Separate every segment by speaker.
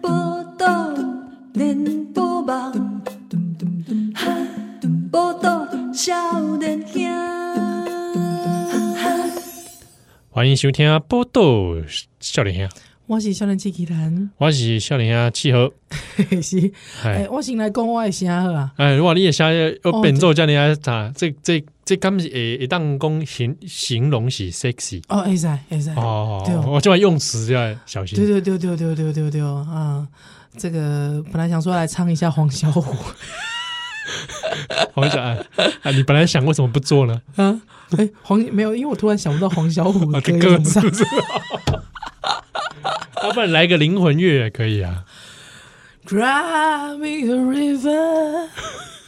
Speaker 1: 报道连波网，报道少年兄。
Speaker 2: 欢迎收听《波豆笑脸兄》，
Speaker 3: 我是少年机器人，
Speaker 2: 我是笑脸兄七号。
Speaker 3: 是哎、
Speaker 2: 哎
Speaker 3: 我先来讲我的声好啊，
Speaker 2: 哎，哇，你的声要
Speaker 3: 哦
Speaker 2: 变奏叫你啊啥？这这这敢是会会当讲形形容是 sexy
Speaker 3: 哦，会使会使，对
Speaker 2: 哦
Speaker 3: 哦，
Speaker 2: 我今晚用词要小
Speaker 3: 对
Speaker 2: 心。
Speaker 3: 对对对对对对对啊，这个本来想说来唱一下黄小琥，
Speaker 2: 我想哎哎，你本来想为什么不做 呢？
Speaker 3: 啊，哎、黄没有，因为我突然想不到黄小琥
Speaker 2: 啊，
Speaker 3: 的
Speaker 2: 这歌
Speaker 3: 歌怎么
Speaker 2: 是
Speaker 3: 唱
Speaker 2: 不是？啊要不然来个灵魂乐也可以啊。
Speaker 3: ，Cry me a river。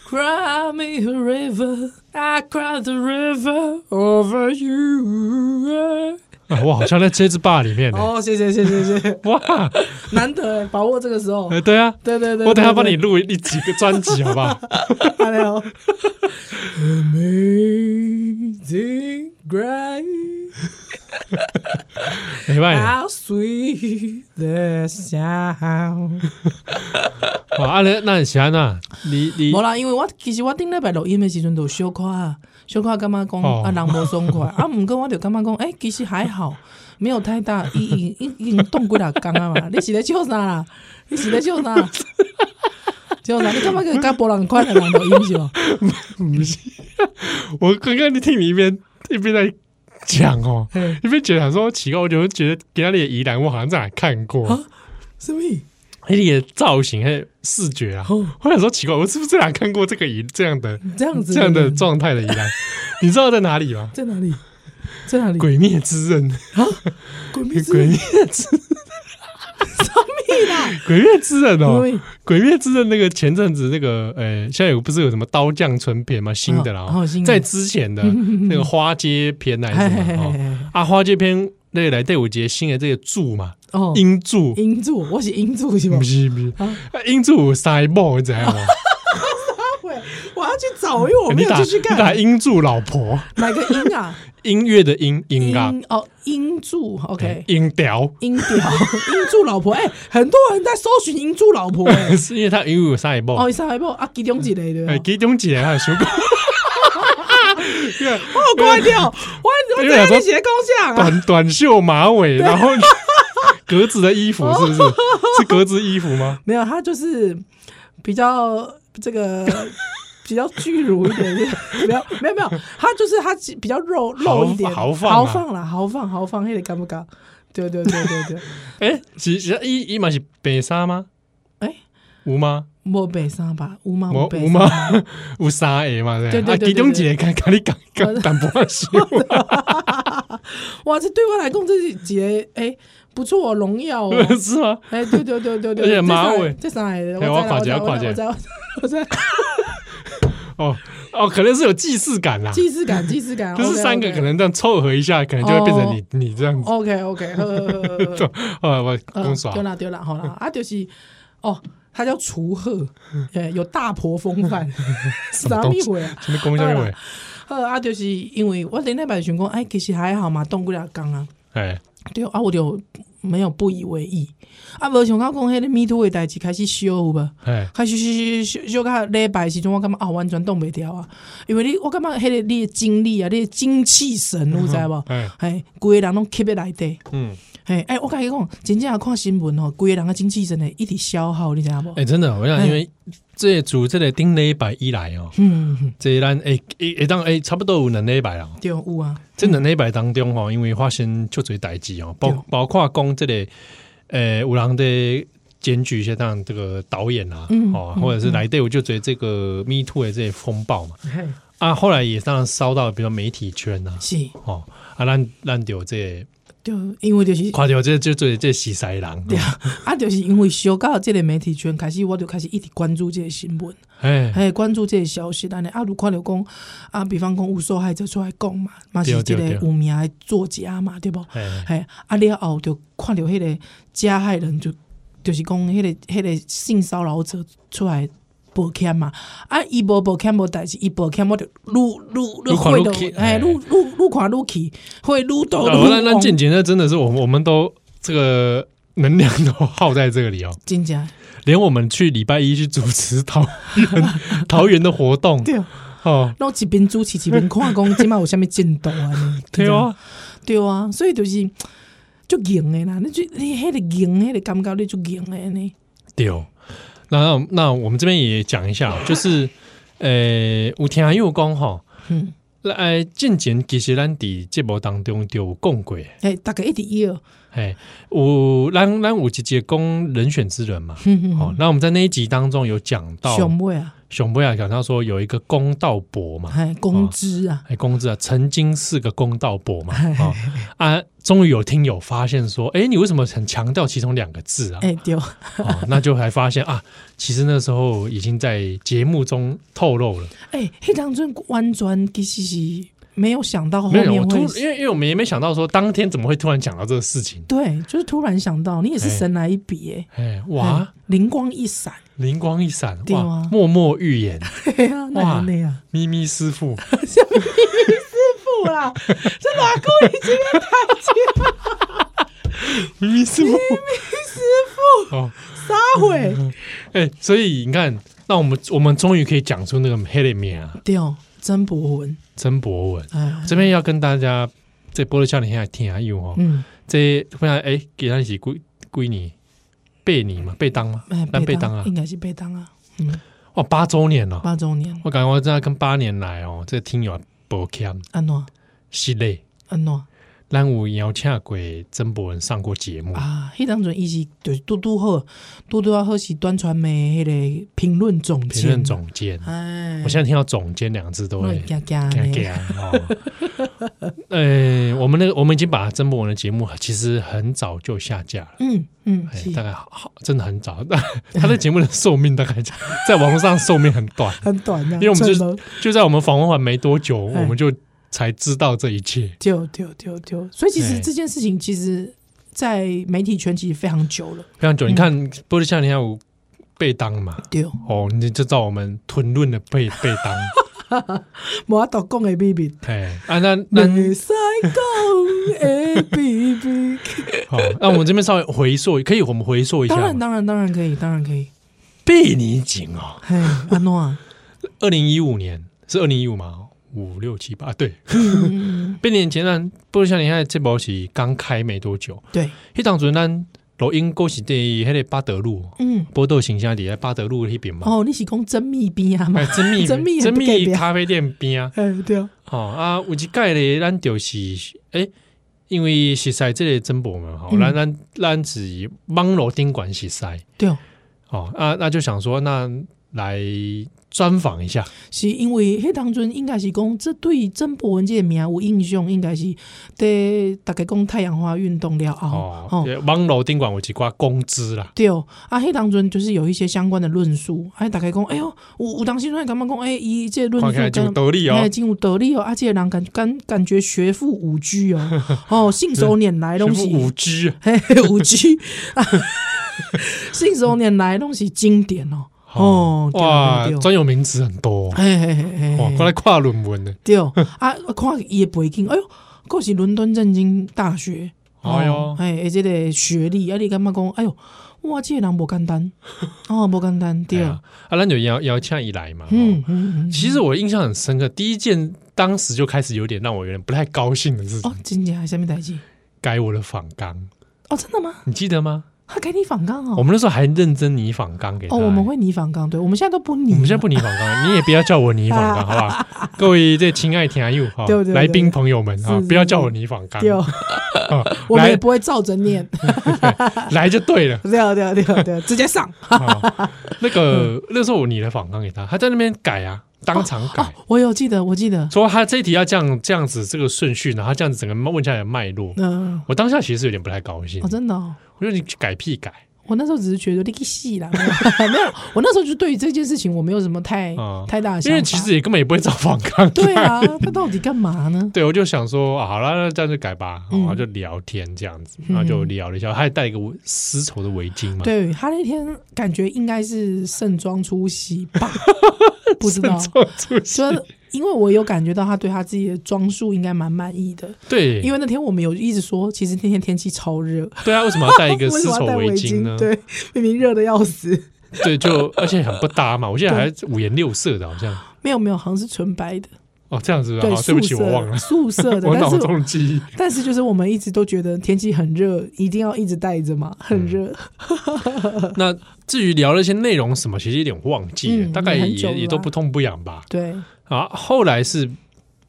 Speaker 3: Cry me a river, I cry the river over you.
Speaker 2: 啊我好像在这支坝里面呢。
Speaker 3: 哦，谢谢谢谢谢谢，
Speaker 2: 哇，
Speaker 3: 难得哎把握这个时候。
Speaker 2: 哎对啊，
Speaker 3: 对对对，
Speaker 2: 我等下
Speaker 3: 对
Speaker 2: 帮
Speaker 3: 对
Speaker 2: 你录一几个专辑好不 好？
Speaker 3: 还有 Amazing Grace,
Speaker 2: 没办法。
Speaker 3: how sweet the sound。
Speaker 2: 哇，啊，那那是安呐？你你
Speaker 3: 无啦，因为我其实我顶礼拜录音的时阵都小可啊，小可感觉讲
Speaker 2: 哦
Speaker 3: 啊人无爽 快，啊毋过我就感觉讲，诶、其实还好，没有太大，已已已经动几啊工啊嘛，你是咧笑啥啦？你是咧笑 啥？笑啥？你感觉跟甲无人款的人录音是无？
Speaker 2: 我刚刚你听你一边一边在讲哦，一边觉得想说奇怪，我就觉得给他的疑难，我好像在哪看
Speaker 3: 啊
Speaker 2: 过，
Speaker 3: 什么？
Speaker 2: 哎，你的造型还有视觉啊，
Speaker 3: 哦
Speaker 2: 我想说奇怪，我是不是在哪看过这个疑这样的
Speaker 3: 这样子
Speaker 2: 这样的
Speaker 3: 人
Speaker 2: 状态的疑难？你知道在哪里吗？
Speaker 3: 在哪里？在哪里？
Speaker 2: 《鬼灭之刃》《
Speaker 3: 鬼灭之
Speaker 2: 鬼
Speaker 3: 刃
Speaker 2: 灭之》《鬼灭之刃》哦，
Speaker 3: 对
Speaker 2: 《鬼灭之刃》那个前阵子那个呃，现在有不是有什么刀匠村篇吗？新的啦哦，
Speaker 3: 哦哦新的
Speaker 2: 在之前的那个花街篇还是什
Speaker 3: 嘿嘿
Speaker 2: 么
Speaker 3: 嘿嘿
Speaker 2: 哦啊，花街篇那个来第五节新的这个柱嘛，
Speaker 3: 哦，
Speaker 2: 英柱，
Speaker 3: 银柱，我是银柱是吧
Speaker 2: 不？是不是，啊英柱有三某你知道吗？
Speaker 3: 会，我要去找，因为 我没
Speaker 2: 你
Speaker 3: 有
Speaker 2: 打
Speaker 3: 继
Speaker 2: 欸
Speaker 3: 续
Speaker 2: 你
Speaker 3: 看。
Speaker 2: 打英柱老婆，
Speaker 3: 哪个 音啊？
Speaker 2: 音乐的音音啊，
Speaker 3: 音哦，音柱，OK，
Speaker 2: 音调。
Speaker 3: 音调，音柱 老婆，哎，很多人在搜寻音柱老婆，哎，
Speaker 2: 是因为他因为有三某，
Speaker 3: 哦，上海报啊，其中一个 对
Speaker 2: 哎，
Speaker 3: 吧？
Speaker 2: 其中一个还有 想过，
Speaker 3: 我有关掉，我我
Speaker 2: 因为想
Speaker 3: 在
Speaker 2: 说
Speaker 3: 那写公像啊，
Speaker 2: 短短袖马尾，然后 格子的衣服是不是？是格子衣服吗？
Speaker 3: 没有，他就是比较这个。 比较巨乳一点， 没有没有没有，他就是他比较肉肉一点，
Speaker 2: 豪放啊
Speaker 3: 豪放啦，豪放豪放，那个敢不敢？对对对对 对，
Speaker 2: 哎、其实伊伊嘛是白沙吗？
Speaker 3: 哎，
Speaker 2: 有吗？
Speaker 3: 莫北三吧，五毛
Speaker 2: 无
Speaker 3: 北
Speaker 2: 有吗？ 有三个嘛？
Speaker 3: 哦对对对对
Speaker 2: 啊，其中一个跟跟你讲讲淡薄仔笑。
Speaker 3: 哇，这对我来讲这是一个哎、不错、哦，荣耀哦。
Speaker 2: 是吗？
Speaker 3: 哎、对对对对对，
Speaker 2: 而且马尾
Speaker 3: 这上来的，
Speaker 2: 哎我
Speaker 3: 我
Speaker 2: 跨界
Speaker 3: 再来
Speaker 2: 跨界
Speaker 3: 我再来我再来我再来我再来
Speaker 2: 哦哦，可能是有既视感啦，
Speaker 3: 既视感，既视感，哦
Speaker 2: 就是三个可能 这样凑合一下，可能就会变成你你这样 子。
Speaker 3: OK OK，呵呵呵呵呵
Speaker 2: 哦，我
Speaker 3: 呃
Speaker 2: 公耍
Speaker 3: 对啦 对啦，好啦，啊就是哦，他叫楚鹤，哎，有大婆风 范，啥
Speaker 2: 东
Speaker 3: 咪
Speaker 2: 西
Speaker 3: 鬼啊？
Speaker 2: 什么公交位？
Speaker 3: 好啊，就是因为我顶礼拜想讲，哎，其实还好嘛，动几两工啊。
Speaker 2: 哎，
Speaker 3: 对啊，我就没有不以为意。啊，无想到讲迄个 Me Too 的代志开始烧有无？
Speaker 2: 哎
Speaker 3: 开始烧烧烧烧到礼拜的时阵，我感觉啊完全挡袂牢啊，因为你我感觉迄个你的精力啊，你的精气神，有知无？
Speaker 2: 哎，
Speaker 3: 哎，规个人拢吸在内底。
Speaker 2: 嗯，
Speaker 3: 嘿，哎，我甲你讲，真正看新闻吼，规个人的精气神会一直消耗，你知影无？
Speaker 2: 哎、真的，我想因为这组这个顶礼拜以来哦，
Speaker 3: 嗯，嗯
Speaker 2: 这咱哎哎当哎差不多有两礼拜了。
Speaker 3: 对，有啊，
Speaker 2: 这两礼拜当中吼，因为发生足侪代志哦，包
Speaker 3: 对
Speaker 2: 包括讲这个呃，有人的检举一些当这个导演啊，
Speaker 3: 嗯
Speaker 2: 哦，
Speaker 3: 嗯
Speaker 2: 或者是来对我就觉得这个 Me Too 的这些风暴嘛，
Speaker 3: 嘿
Speaker 2: 啊，后来也当然烧到比如媒体圈啊，
Speaker 3: 是，
Speaker 2: 哦，啊，咱咱就这
Speaker 3: 对，因为就是
Speaker 2: 看到这就做这洗西人哦，
Speaker 3: 对啊，啊，就是因为小到这个媒体圈开始，我就开始一直关注这个新闻，
Speaker 2: 哎，
Speaker 3: 嘿，关注这个消息。安尼啊，如看到讲啊，比方讲有受害者出来讲嘛，嘛是
Speaker 2: 对
Speaker 3: 这个
Speaker 2: 对对
Speaker 3: 有名的作家嘛，对不？
Speaker 2: 哎，
Speaker 3: 嘿，啊了后就看到迄个加害人就就是讲迄、个迄、个性骚扰者出来报歉嘛，啊伊无报歉无代志，伊报歉我就愈愈
Speaker 2: 愈
Speaker 3: 愈
Speaker 2: 看
Speaker 3: 会
Speaker 2: 愈
Speaker 3: 到
Speaker 2: 气，
Speaker 3: 哎，
Speaker 2: 哎
Speaker 3: 愈愈愈看愈气，会愈多
Speaker 2: 哦，那
Speaker 3: 愈
Speaker 2: 那
Speaker 3: 往
Speaker 2: 近几年真的是我们我们都这个能量都耗在这里哦，
Speaker 3: 真正
Speaker 2: 连我们去礼拜一去主持桃园 桃园的活动
Speaker 3: 对。
Speaker 2: 哦，
Speaker 3: 然后一边主持一边 看讲，即摆有啥物进度啊？你
Speaker 2: 对，啊，
Speaker 3: 你知道对啊，所以就是足硬的啦，你就你迄个硬，迄、个感觉你足硬的安尼。
Speaker 2: 对哦。那那我们这边也讲一下，就是呃，有听友讲吼，
Speaker 3: 嗯，
Speaker 2: 来进前其实咱伫节目当中就有讲过，
Speaker 3: 哎，大概一直要，
Speaker 2: 哎，有咱咱有一节讲人选之人嘛，
Speaker 3: 哼哼
Speaker 2: 哦，那我们在那一集当中有讲到
Speaker 3: 上尾啊，
Speaker 2: 熊博雅讲到说有一个公道伯嘛，
Speaker 3: 哎，工资啊，
Speaker 2: 哎，公子啊，曾经是个公道伯 嘛，哦、啊，终于有听友发现说，哎，你为什么很强调其中两个字啊？
Speaker 3: 哎、对。
Speaker 2: 哦，那就还发现啊，其实那时候已经在节目中透露了，
Speaker 3: 哎、迄当阵完全其实是没有想到后
Speaker 2: 没有
Speaker 3: 面
Speaker 2: 我突
Speaker 3: 会，
Speaker 2: 因为因为我们也没想到说当天怎么会突然讲到这个事情，
Speaker 3: 对，就是突然想到，你也是神来一笔哎、
Speaker 2: 哎，哇，
Speaker 3: 哎灵光一闪，
Speaker 2: 灵光一闪，
Speaker 3: 对
Speaker 2: 哇
Speaker 3: 啊，
Speaker 2: 默默预 言，
Speaker 3: 嘿啊，
Speaker 2: 哇
Speaker 3: 那那样，
Speaker 2: 咪咪师傅，
Speaker 3: 不啦，这哪个已经
Speaker 2: 咪咪师傅，咪咪师 傅，哦，
Speaker 3: 撒毁
Speaker 2: 哎，所以你看，那我们我们终于可以讲出那个黑脸面啊，
Speaker 3: 对，哦曾博文，
Speaker 2: 曾博文。
Speaker 3: 哎，
Speaker 2: 这边要跟大家，这波罗少年现在听下有哦，
Speaker 3: 嗯，
Speaker 2: 这不然哎，给他一起归归你贝尼嘛，贝当嘛
Speaker 3: 哎，，
Speaker 2: 那贝
Speaker 3: 贝
Speaker 2: 当啊
Speaker 3: 应，该是贝当啊，嗯，
Speaker 2: 哇，八周年了，
Speaker 3: 八周年，
Speaker 2: 我感觉我这样跟八年来哦，这听友抱歉
Speaker 3: 安怎
Speaker 2: 是嘞，
Speaker 3: 安怎
Speaker 2: 咱有邀请过曾博文上过节目，
Speaker 3: 啊，迄当阵伊是就是拄拄好，拄拄好是端传媒迄个评论总监，
Speaker 2: 评论，总监，
Speaker 3: 哎，
Speaker 2: 我现在听到总监两个字都
Speaker 3: 我
Speaker 2: 会
Speaker 3: 会惊惊
Speaker 2: 给给
Speaker 3: 呢，
Speaker 2: 啊，哦， 呃，我们那个我们已经把曾博文的节目其实很早就下架了。
Speaker 3: 嗯嗯，
Speaker 2: 哎
Speaker 3: 是，
Speaker 2: 大概好好，真的很早。 但他的节目的寿命大概在在网络上寿命很 短，
Speaker 3: 很短的、啊，
Speaker 2: 因为我们
Speaker 3: 真
Speaker 2: 就
Speaker 3: 的
Speaker 2: 就在我们访问完没多久，
Speaker 3: 哎
Speaker 2: 我们就才知道这一切。
Speaker 3: 丢丢丢丢，所以其
Speaker 2: 哎
Speaker 3: 实这件事情其实，在媒体圈其实非常久了，
Speaker 2: 非常久，你看波多夏天有被当嘛？
Speaker 3: 丢，
Speaker 2: 哦，你就知道我们屯论的被被 当。
Speaker 3: 我都讲的秘密，
Speaker 2: 哎，啊，那那
Speaker 3: 没使讲的秘密，
Speaker 2: 好，哦那我们这边稍微回溯，可以我们回溯一
Speaker 3: 当
Speaker 2: 下
Speaker 3: 然
Speaker 2: 吗。
Speaker 3: 当然当然可以，当然可以，
Speaker 2: 贝尼井哦，
Speaker 3: 嘿，安诺啊，
Speaker 2: 二零一五年是二零一五嘛？五六七八，对，
Speaker 3: 嗯
Speaker 2: 贝尼前段波多夏天现在这波是刚开没多久。
Speaker 3: 对，
Speaker 2: 迄当阵咱录音歌是伫迄个巴德路，
Speaker 3: 嗯，
Speaker 2: 波豆形象伫咧巴德路迄边嘛。
Speaker 3: 哦，你是讲真秘边啊嘛
Speaker 2: 哎，，真蜜
Speaker 3: 真蜜
Speaker 2: 真
Speaker 3: 很不给
Speaker 2: 蜜
Speaker 3: 别
Speaker 2: 咖啡店边啊，
Speaker 3: 哎，对啊，
Speaker 2: 吼啊，有一届咧，咱就是诶、因为实在即个真博嘛，吼、
Speaker 3: 嗯
Speaker 2: 咱咱咱是网络顶管实在，
Speaker 3: 对啊。
Speaker 2: 吼啊，那就想说，那来专访一下，
Speaker 3: 是因为迄当阵应该是讲，这对曾博文这个名啊有印象，应该是在大概讲太阳花运动了后，
Speaker 2: 哦，网络顶管有一寡工资啦，
Speaker 3: 对哦，啊，迄当中就是有一些相关的论述，哎，大概讲，哎哟，有有当时会感觉讲，哎，伊这个论
Speaker 2: 看
Speaker 3: 述
Speaker 2: 起来真有
Speaker 3: 跟
Speaker 2: 道理哦
Speaker 3: 哎，，真有道理哦，啊，这个人感感感觉学富五居 哦，哦，信手拈来
Speaker 2: 全
Speaker 3: 拢
Speaker 2: 部啊
Speaker 3: 是
Speaker 2: 五 G，
Speaker 3: 嘿嘿五 G 啊，信手拈来拢是经典哦，哦，对
Speaker 2: 哇，
Speaker 3: 对对，哎
Speaker 2: 专有名词很多、哦，
Speaker 3: 嘿嘿嘿嘿，
Speaker 2: 哇，过来跨论文呢。
Speaker 3: 对，啊，我看伊的背景，哎哟，佫是伦敦政经大学，
Speaker 2: 哎哟
Speaker 3: 哦哎，即个学历，啊，你感觉讲，哎哟，哇，即、个人无简单，哦，无简单，对，
Speaker 2: 哎呀啊，咱就邀邀请伊来嘛。嗯，
Speaker 3: 嗯嗯嗯，
Speaker 2: 其实我印象很深刻，第一件当时就开始有点让我有点不太高兴的事情，
Speaker 3: 啊哦，真正还啥物代志？
Speaker 2: 改我的访纲。
Speaker 3: 哦哦，真的吗？
Speaker 2: 你记得吗？
Speaker 3: 他给你仿钢
Speaker 2: 我
Speaker 3: 哦。
Speaker 2: 们那时候还认真拟仿钢给他、
Speaker 3: 哦，我们，会拟仿钢，对，我们现在都不拟
Speaker 2: 我
Speaker 3: 了，
Speaker 2: 们现在不拟仿钢， 你也不要叫我拟仿钢，好不 好？各位这亲爱听友哈
Speaker 3: 对对，对
Speaker 2: 来宾朋友们
Speaker 3: 是
Speaker 2: 啊，
Speaker 3: 是
Speaker 2: 不要叫我拟仿钢，
Speaker 3: 对，哦
Speaker 2: 啊
Speaker 3: 我们也
Speaker 2: 来
Speaker 3: 不会照 着念，
Speaker 2: 来就对 了。
Speaker 3: 对啊对啊对啊对啊，直接上。
Speaker 2: 啊那个那时候我拟了仿钢给他，他在那边改啊，当场
Speaker 3: 嗯哦
Speaker 2: 改，，
Speaker 3: 我有记得，我记得，
Speaker 2: 说他这一题要这样这样子这个顺序，然后这样子整个问下来的脉络。
Speaker 3: 嗯，
Speaker 2: 我当下其实有点不太高兴
Speaker 3: 哦，，真的哦。
Speaker 2: 我说你改屁改，
Speaker 3: 我那时候只是觉得你个戏啦，没有， 没有我那时候就对于这件事情我没有什么太、
Speaker 2: 嗯
Speaker 3: 太大的想
Speaker 2: 因
Speaker 3: 法。
Speaker 2: 为其实也根本也不会找仿钢。
Speaker 3: 对啊，他到底干嘛 呢？
Speaker 2: 对，我就想说，啊、好了，那这样就改吧，
Speaker 3: 嗯
Speaker 2: 然后就聊天这样子，然后就聊了一下，他还戴一个丝绸的围巾嘛，，
Speaker 3: 对他那天感觉应该是盛装出席 吧，不知道，
Speaker 2: 出席
Speaker 3: 所以因为我有感觉到他对他自己的装束应该蛮满意的，
Speaker 2: 对，
Speaker 3: 因
Speaker 2: 为
Speaker 3: 为那天我们有一直说，其实那天天气超热，
Speaker 2: 对啊，为什么要戴一 个
Speaker 3: 为
Speaker 2: 丝
Speaker 3: 什么
Speaker 2: 绸
Speaker 3: 要戴
Speaker 2: 围
Speaker 3: 围
Speaker 2: 巾呢？
Speaker 3: 对， 明明热的要死，
Speaker 2: 对，就而且很不搭嘛，我记得还五颜六色的，好像
Speaker 3: 没有没有，好像是纯白的，
Speaker 2: 哦，这样子啊，
Speaker 3: 对，
Speaker 2: 好对
Speaker 3: 素
Speaker 2: 不起，我忘
Speaker 3: 色
Speaker 2: 了，
Speaker 3: 素色的，
Speaker 2: 我
Speaker 3: 但
Speaker 2: 脑
Speaker 3: 是
Speaker 2: 中的 记忆。
Speaker 3: 但是就是我们一直都觉得天气很热，一定要一直带着
Speaker 2: 嗯
Speaker 3: 嘛，很热。
Speaker 2: 那至于聊那些内容什么，其实有点忘记了，
Speaker 3: 呃嗯
Speaker 2: 大概
Speaker 3: 很久
Speaker 2: 也
Speaker 3: 了
Speaker 2: 也都不痛不痒吧。
Speaker 3: 对，
Speaker 2: 啊，后来是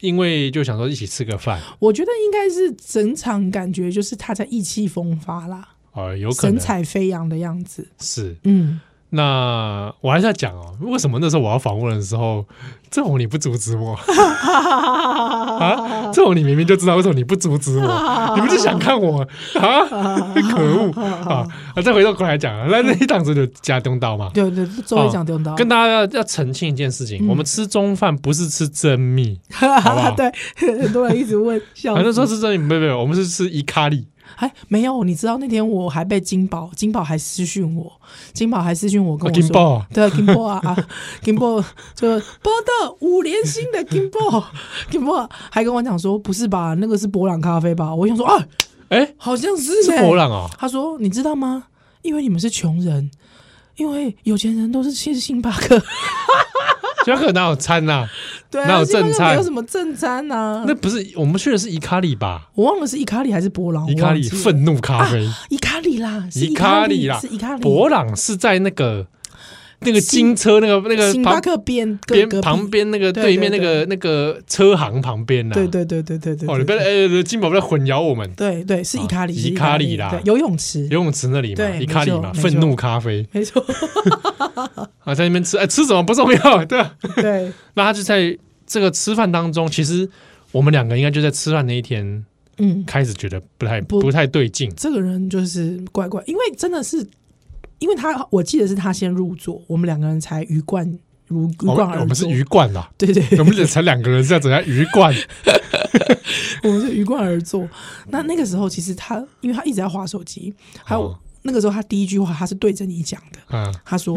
Speaker 2: 因为就想说一起吃个饭，
Speaker 3: 我觉得应该是整场感觉就是他在意气风发啦，
Speaker 2: 呃，有可
Speaker 3: 神
Speaker 2: 能
Speaker 3: 采飞扬的样子。
Speaker 2: 是
Speaker 3: 嗯，
Speaker 2: 那我还是要讲哦，为什么那时候我要访问的时候，郑红你不阻止 我啊？郑红你明明就知道，为什么你不阻止我？你不是想看我啊？可恶啊！啊，再回到过来讲啊，那那一档子就加东道嘛。啊
Speaker 3: 对对，周围讲丢嗯到，
Speaker 2: 哦 跟大家要要澄清一件事情，我们吃中饭不是吃蒸米，好不好
Speaker 3: 对，很多人一直问，笑
Speaker 2: 反正
Speaker 3: 死。
Speaker 2: 说是蒸米，不不，不我们是吃伊卡利。
Speaker 3: 哎，没有，你知道那天我还被金宝，金宝还私讯我，金宝还私讯我跟
Speaker 2: 啊
Speaker 3: 我说，
Speaker 2: 金宝啊
Speaker 3: 对金宝啊啊，金宝就报道五连星的金宝，金宝还跟我讲说不是吧，那个是博朗咖啡吧？我想说啊，
Speaker 2: 哎，
Speaker 3: 好像是、
Speaker 2: 是
Speaker 3: 欸、
Speaker 2: 博朗哦，
Speaker 3: 他说你知道吗？因为你们是穷人，因为有钱人都是去星巴克，
Speaker 2: 小可哪有餐呐？
Speaker 3: 对、
Speaker 2: 哪
Speaker 3: 啊，
Speaker 2: 有
Speaker 3: 星巴
Speaker 2: 正
Speaker 3: 克
Speaker 2: 餐
Speaker 3: 没有什么正餐呐、啊
Speaker 2: 那。不是我们去的是伊卡利吧？
Speaker 3: 我忘了是伊卡里还是博朗，
Speaker 2: 伊
Speaker 3: 我
Speaker 2: 卡
Speaker 3: 忘
Speaker 2: 利
Speaker 3: 哦记了
Speaker 2: 愤怒咖啡。
Speaker 3: 伊卡里啦，是
Speaker 2: 伊
Speaker 3: 卡
Speaker 2: 卡里啦
Speaker 3: 是伊卡，里。
Speaker 2: 博朗是在那个那个金车那个那个
Speaker 3: 星巴
Speaker 2: 旁
Speaker 3: 克边
Speaker 2: 边
Speaker 3: 隔壁
Speaker 2: 旁，边那个
Speaker 3: 对
Speaker 2: 对
Speaker 3: 对
Speaker 2: 面那个那个车行旁边呐。
Speaker 3: 对对对对对对，
Speaker 2: 哦，你不要
Speaker 3: 对
Speaker 2: 哎，金宝不要混淆我们
Speaker 3: 对对是伊卡里，
Speaker 2: 啊
Speaker 3: 是
Speaker 2: 伊卡里啦
Speaker 3: 对游泳池，
Speaker 2: 游泳池那里嘛，
Speaker 3: 对
Speaker 2: 伊卡利嘛，
Speaker 3: 没错
Speaker 2: 愤怒咖啡
Speaker 3: 没错，
Speaker 2: 啊，在那边吃哎吃什么不重要， 对啊。
Speaker 3: 对
Speaker 2: 那他就在这个吃饭当中，其实我们两个应该就在吃饭那一天
Speaker 3: 嗯，
Speaker 2: 开始觉得不太
Speaker 3: 不
Speaker 2: 不太对劲，
Speaker 3: 这个人就是怪怪，因为真的是，因为他我记得是他先入座，我们两个人才鱼贯如鱼
Speaker 2: 我
Speaker 3: 贯
Speaker 2: 们
Speaker 3: 而坐
Speaker 2: 哦我们是鱼贯啦，
Speaker 3: 对对，
Speaker 2: 我们才两个人在怎样鱼贯，
Speaker 3: 我们是鱼贯而坐。那那个时候其实他，因为他一直在划手机，还有
Speaker 2: 哦
Speaker 3: 那个时候他第一句话他是对着你讲的，
Speaker 2: 啊。
Speaker 3: 他说：“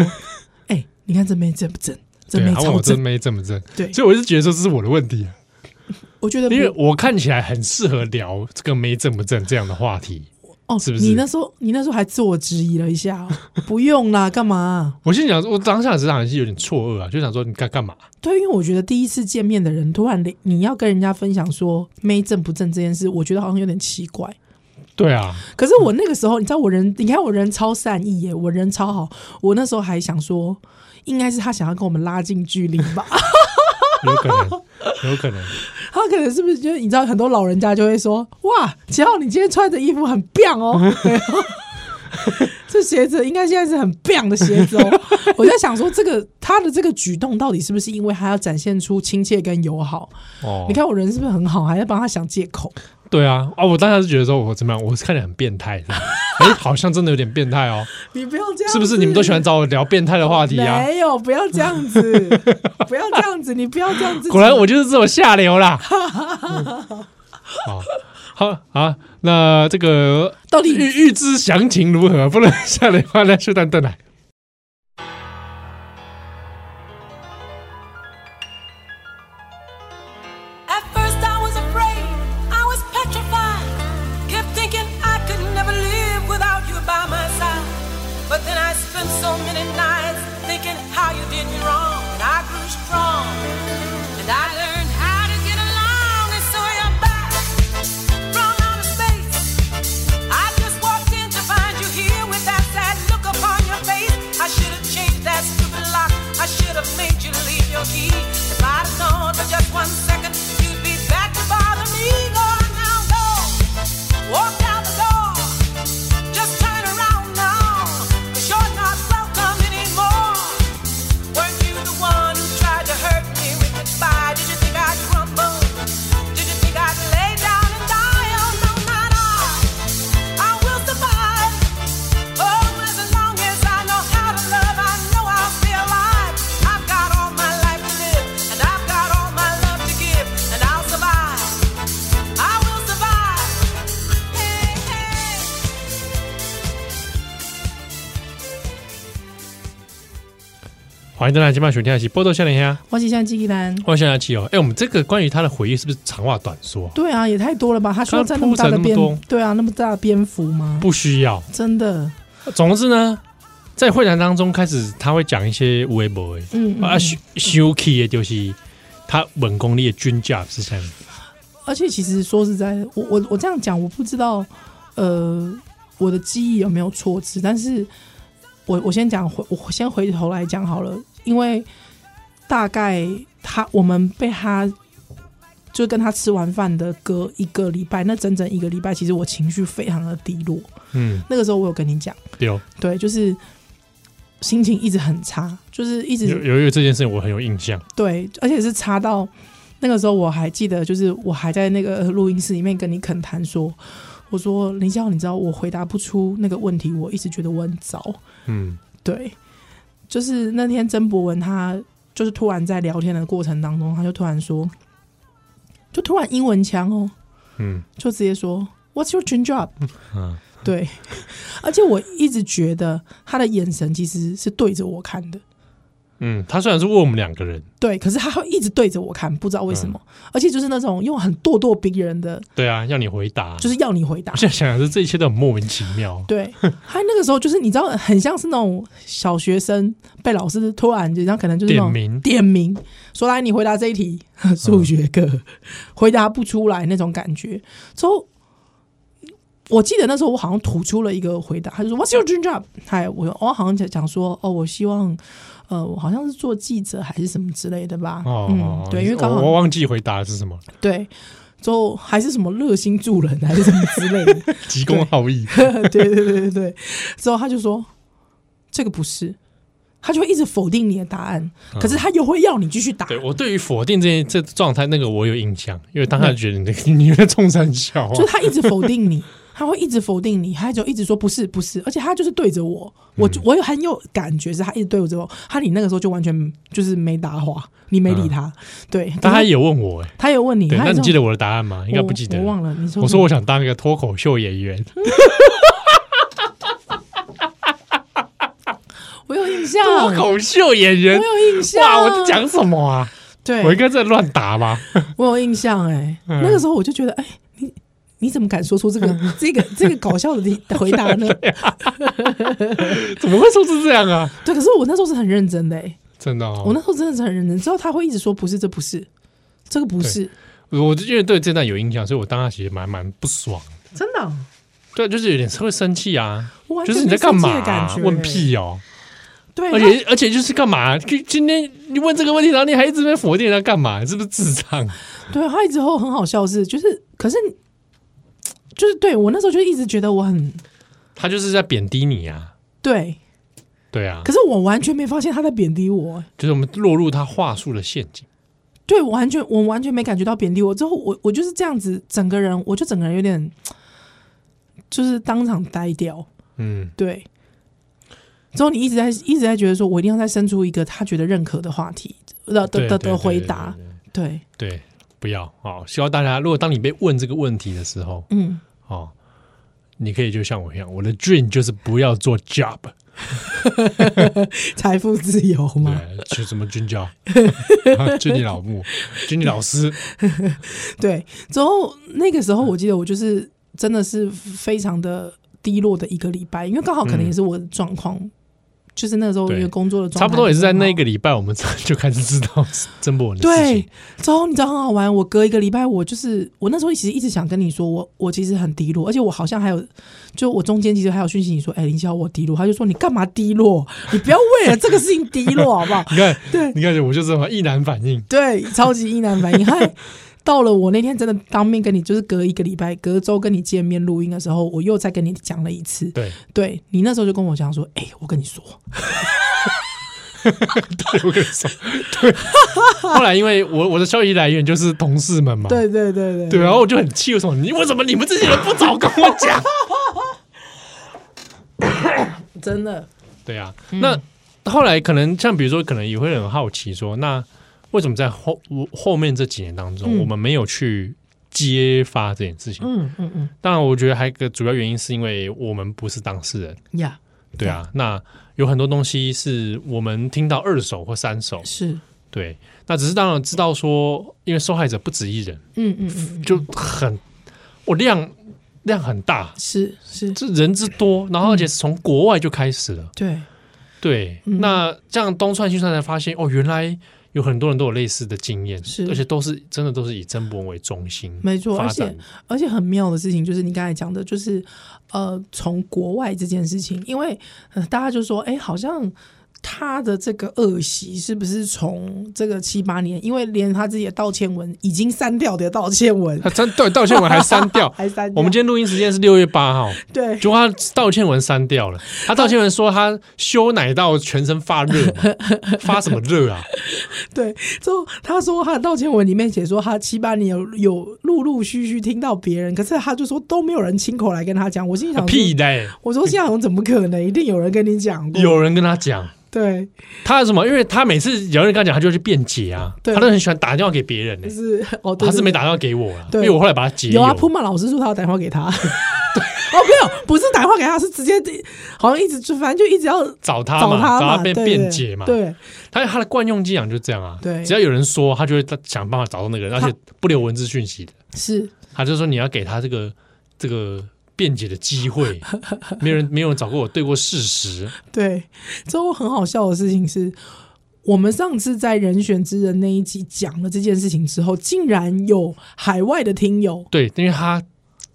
Speaker 3: 哎，你看这妹正不正？这
Speaker 2: 对，啊
Speaker 3: 妹
Speaker 2: 他问
Speaker 3: 超
Speaker 2: 我这
Speaker 3: 正。
Speaker 2: 妹正不正？
Speaker 3: 对
Speaker 2: 所以我就觉得说这是我的问题，”啊
Speaker 3: 我觉得不
Speaker 2: 因为我看起来很适合聊这个妹正不正这样的话题。
Speaker 3: 哦，
Speaker 2: 是不是
Speaker 3: 你那时候你那时候还自我质疑了 一下哦、不用啦，干嘛、
Speaker 2: 我心里想说，我当下只是好像是有点错愕啊，就想说你干干嘛？
Speaker 3: 对，因为我觉得第一次见面的人突然连你要跟人家分享说妹正不正这件事，我觉得好像有点奇怪。
Speaker 2: 对啊，
Speaker 3: 可是我那个时候，你知道我人，你看我人超善意耶，我人超好。我那时候还想说，应该是他想要跟我们拉近距离吧。
Speaker 2: 有可能，有可能。
Speaker 3: 他可能是不是就是你知道，很多老人家就会说，哇，秦昊你今天穿的衣服很棒哦。对哦这鞋子应该现在是很棒的鞋子哦。我在想说，这个他的这个举动到底是不是因为他要展现出亲切跟友好？
Speaker 2: 哦，
Speaker 3: 你，看我人是不是很好，还在帮他想借口？
Speaker 2: 对啊，啊，我当下是觉得说我怎么样，我是看起来很变态，是吧哎，好像真的有点变态哦，
Speaker 3: 你不要这样，
Speaker 2: 是不是？你们都喜欢找我聊变态的话题啊？
Speaker 3: 没有，不要这样 子，不要这样子，你不要这样子。
Speaker 2: 果然我就是这种下流 啦。嗯好好啊，那这个
Speaker 3: 到底
Speaker 2: 预预知详情如何？不能下 来话来秀蛋蛋来。
Speaker 4: At first I was afraid, I was petrified. Kept thinking I could never live without you by my side. But then I spent so many nights thinking how you did me wrong. And I grew strong. And I learned how to get along. And so you're back from outer space. I just walked in Oh, Oh,
Speaker 2: 欢迎大家今晚收听的是《波多笑脸虾》，
Speaker 3: 我是像鸡蛋。
Speaker 2: 我想下去哦。哎，我们这个关于他的回忆是不是长话短说？
Speaker 3: 对啊，也太多了吧？他需要
Speaker 2: 刚
Speaker 3: 在那么大
Speaker 2: 铺陈
Speaker 3: 的
Speaker 2: 那么
Speaker 3: 篇
Speaker 2: 多，
Speaker 3: 对啊，那么大的篇幅吗？
Speaker 2: 不需要。
Speaker 3: 真的，
Speaker 2: 总之呢，在会谈当中开始，他会讲一些微博
Speaker 3: 嗯，
Speaker 2: 啊，
Speaker 3: 嗯
Speaker 2: 修修 key 的就是他本功力的均价是这样。
Speaker 3: 而且其实说实在，我我我这样讲，我不知道，呃，我的记忆有没有错字，但是我我先讲回，我先回头来讲好了，因为大概他我们被他就跟他吃完饭的隔一个礼拜，那整整一个礼拜，其实我情绪非常的低落。
Speaker 2: 嗯，
Speaker 3: 那个时候我有跟你讲，
Speaker 2: 对哦，
Speaker 3: 对，就是心情一直很差，就是一直
Speaker 2: 有有有这件事情我很有印象。
Speaker 3: 对，而且是差到那个时候，我还记得，就是我还在那个录音室里面跟你恳谈说，我说林霄，你知道我回答不出那个问题，我一直觉得我很糟。
Speaker 2: 嗯
Speaker 3: 对，就是那天曾博文他就是突然在聊天的过程当中，他就突然说，就突然英文腔哦，
Speaker 2: 嗯
Speaker 3: 就直接说 What's your dream job？
Speaker 2: 嗯
Speaker 3: 对，而且我一直觉得他的眼神其实是对着我看的。
Speaker 2: 嗯，他虽然是问我们两个人，
Speaker 3: 对，可是他会一直对着我看，不知道为什么，
Speaker 2: 嗯
Speaker 3: 而且就是那种用很咄咄逼人的，
Speaker 2: 对啊，要你回答，
Speaker 3: 就是要你回答
Speaker 2: 我。现在想想是这一切都很莫名其妙。
Speaker 3: 对，他那个时候就是你知道，很像是那种小学生被老师突然，然后可能就是那种
Speaker 2: 点名
Speaker 3: 点名说来你回答这一题， 数学课、
Speaker 2: 嗯
Speaker 3: 回答不出来那种感觉。之后我记得那时候我好像吐出了一个回答，他就说 What's your dream job？嗨，我我好像讲讲说哦，我希望呃，我好像是做记者还是什么之类的吧。
Speaker 2: 哦，
Speaker 3: 嗯，对，因为刚好
Speaker 2: 我我忘记回答的是什么，
Speaker 3: 对，之后还是什么热心助人啊 还是什么之类的。
Speaker 2: 急公好义。
Speaker 3: 对对对对对。之后他就说这个不是，他就会一直否定你的答案，可是他又会要你继续答。
Speaker 2: 嗯对我对于否定这这状态，那个我有印象，因为当下觉得你那个 你在冲山笑啊
Speaker 3: 就，他一直否定你， 他会一直否定你，他就一直说不是不是，而且他就是对着我，我
Speaker 2: 嗯
Speaker 3: 就我有很有感觉是他一直对着我，他你那个时候就完全就是没答话，你没理他，对，
Speaker 2: 嗯但他
Speaker 3: 可是
Speaker 2: 也有问我哎，
Speaker 3: 他有问你，
Speaker 2: 对，
Speaker 3: 他
Speaker 2: 那
Speaker 3: 有
Speaker 2: 你
Speaker 3: 说
Speaker 2: 记得我的答案吗？应该不记得，
Speaker 3: 我，我忘了，你说
Speaker 2: 我
Speaker 3: 什
Speaker 2: 说
Speaker 3: 么
Speaker 2: 我想当一个脱口秀演员，
Speaker 3: 我有印象，
Speaker 2: 脱
Speaker 3: 我
Speaker 2: 口秀演员，
Speaker 3: 有印象，
Speaker 2: 哇，我在讲什么啊？
Speaker 3: 对，
Speaker 2: 我应该在乱答 吧？
Speaker 3: 我有印象哎、
Speaker 2: 嗯
Speaker 3: 那个时候我就觉得，哎、你你怎么敢说出这 个这个这个搞笑的回答呢？
Speaker 2: 啊
Speaker 3: 对
Speaker 2: 怎么会说是这样啊？
Speaker 3: 可是我那时候是很认真的哎、
Speaker 2: 真的哦，
Speaker 3: 我那时候真的是很认真。之后他会一直说不是，这不是，这个不是，
Speaker 2: 我就因为对这段有印象，所以我当下其实蛮蛮不爽。
Speaker 3: 真的、哦
Speaker 2: 对，就是有点会生气啊，
Speaker 3: 我完
Speaker 2: 就
Speaker 3: 全
Speaker 2: 是你在干嘛、
Speaker 3: 没生气的感觉欸
Speaker 2: 问屁哦！
Speaker 3: 对，
Speaker 2: 而且而且就是干嘛？就今天你问这个问题，然后你还一直在否定人家干嘛？你是不是智障？
Speaker 3: 他对他之后很好笑是，就是可是就是对我那时候就一直觉得我很
Speaker 2: 他就是在贬低你啊！
Speaker 3: 对，
Speaker 2: 对啊，
Speaker 3: 可是我完全没发现他在贬低我、哎
Speaker 2: 就是我们落入他话术的陷阱。
Speaker 3: 对，我完全我完全没感觉到贬低我。之后我我就是这样子，整个人我就整个人有点，就是当场呆掉。
Speaker 2: 嗯，
Speaker 3: 对，之后你一直在一直在觉得说，我一定要再生出一个他觉得认可的话题的的
Speaker 2: 对
Speaker 3: 的
Speaker 2: 对
Speaker 3: 的回
Speaker 2: 对
Speaker 3: 答。对，
Speaker 2: 对，对不要哦！希望大家，如果当你被问这个问题的时候，
Speaker 3: 嗯，
Speaker 2: 哦，你可以就像我一样，我的 dream 就是不要做 job，
Speaker 3: 财富自由嘛，
Speaker 2: 对，去什么军 教，军你老母，军你老师，
Speaker 3: 对。之后那个时候，我记得我就是真的是非常的低落的一个礼拜，因为刚好可能也是我的状况，就是那时候因为
Speaker 2: 嗯对
Speaker 3: 工作的状态，
Speaker 2: 差不多也是在那个。礼拜，我们就开始知道 曾博文的事
Speaker 3: 对
Speaker 2: 情。，？
Speaker 3: 之后你知道很好玩。我隔一个礼拜，我就是我那时候其实一直想跟你说，我我其实很低落，而且我好像还有，就我中间其实还有讯息你说，哎、林霄我低落，他就说你干嘛低落？ 你不要为了这个事情低落好不好
Speaker 2: 你看，
Speaker 3: 对
Speaker 2: 你看，我就是什么易难反应。
Speaker 3: 对，超级意难反应。嗨，到了我那天真的当面跟你，就是隔一个礼拜，隔周跟你见面录音的时候，我又再跟你讲了一次。
Speaker 2: 对，
Speaker 3: 对你那时候就跟我讲说，哎、我跟你说，
Speaker 2: 对我跟你说，对。 后来因为我我的消息来源就是同事们嘛，
Speaker 3: 对对对对
Speaker 2: 对，然后我就很气，我说你为什么你们这些人不早跟我 讲？
Speaker 3: 真的，
Speaker 2: 对啊，
Speaker 3: 嗯
Speaker 2: 那后来可能像比如说，可能也会很好奇说，那为什么在后我后面这几年当中，
Speaker 3: 嗯
Speaker 2: 我们没有去揭发这件事情？
Speaker 3: 嗯嗯嗯，
Speaker 2: 当然，我觉得还有一个主要原因是因为我们不是当事人，
Speaker 3: 呀、
Speaker 2: 对啊，那有很多东西是我们听到二手或三手，
Speaker 3: 是，
Speaker 2: 对，那只是当然知道说，因为受害者不止一人，
Speaker 3: 嗯嗯嗯，
Speaker 2: 就很我量量很大，
Speaker 3: 是是，
Speaker 2: 这人之多，然后而
Speaker 3: 嗯
Speaker 2: 且是从国外就开始了，
Speaker 3: 对，
Speaker 2: 对，
Speaker 3: 嗯
Speaker 2: 那这样东窜西窜才发现，哦，原来有很多人都有类似的经验，
Speaker 3: 是
Speaker 2: 而且都是真的都是以曾博文为中心，
Speaker 3: 没错，而
Speaker 2: 发
Speaker 3: 且
Speaker 2: 展
Speaker 3: 而且很妙的事情就是你刚才讲的，就是呃，从国外这件事情，因为、呃、大家就说，哎，好像他的这个恶习是不是从这个七八年，因为连他自己的道歉文已经删掉的道歉 文，
Speaker 2: 他，真对道歉文还删掉
Speaker 3: 还删掉
Speaker 2: 我们今天录音时间是六月八号，
Speaker 3: 对，
Speaker 2: 结果他道歉文删掉 了。他道歉文说他羞奶到全身发热 嘛，发什么热啊？
Speaker 3: 对，之后他说他的道歉文里面写说他七八年有有陆陆续续听到别人，可是他就说都没有人亲口来跟他讲。我心里想说
Speaker 2: 屁！嘞！
Speaker 3: 我说现在怎么可能？一定有人跟你讲过。
Speaker 2: 有人跟他讲，
Speaker 3: 对，
Speaker 2: 他什么？因为他每次有人跟他讲，他就会去辩解啊，
Speaker 3: 对
Speaker 2: 他都很喜欢打电话给别人呢、
Speaker 3: 就是哦，对
Speaker 2: 他是
Speaker 3: 对
Speaker 2: 没
Speaker 3: 对
Speaker 2: 打电话给我啊，因
Speaker 3: 对
Speaker 2: 为我后来把他解
Speaker 3: 有啊，
Speaker 2: 友
Speaker 3: 普。马老师说他要打电话给他。 哦，没有，不是打电话给他，是直接好像一直就反正就一直要
Speaker 2: 找他
Speaker 3: 找
Speaker 2: 嘛，
Speaker 3: 他
Speaker 2: 找
Speaker 3: 嘛，
Speaker 2: 他辩
Speaker 3: 对
Speaker 2: 辩解嘛。，
Speaker 3: 对，
Speaker 2: 他他的惯用伎俩就是这样啊。
Speaker 3: 对
Speaker 2: 只要有人说，他就会想办法找到那个人，而且不留文字讯息的。
Speaker 3: 是
Speaker 2: 他就说你要给他这个这个辩解的机 会，没有人没有人找过我对过事实，
Speaker 3: 对。之后很好笑的事情是。我们上次在人选之人那一集讲了这件事情之后，竟然有海外的听友
Speaker 2: 对，因为他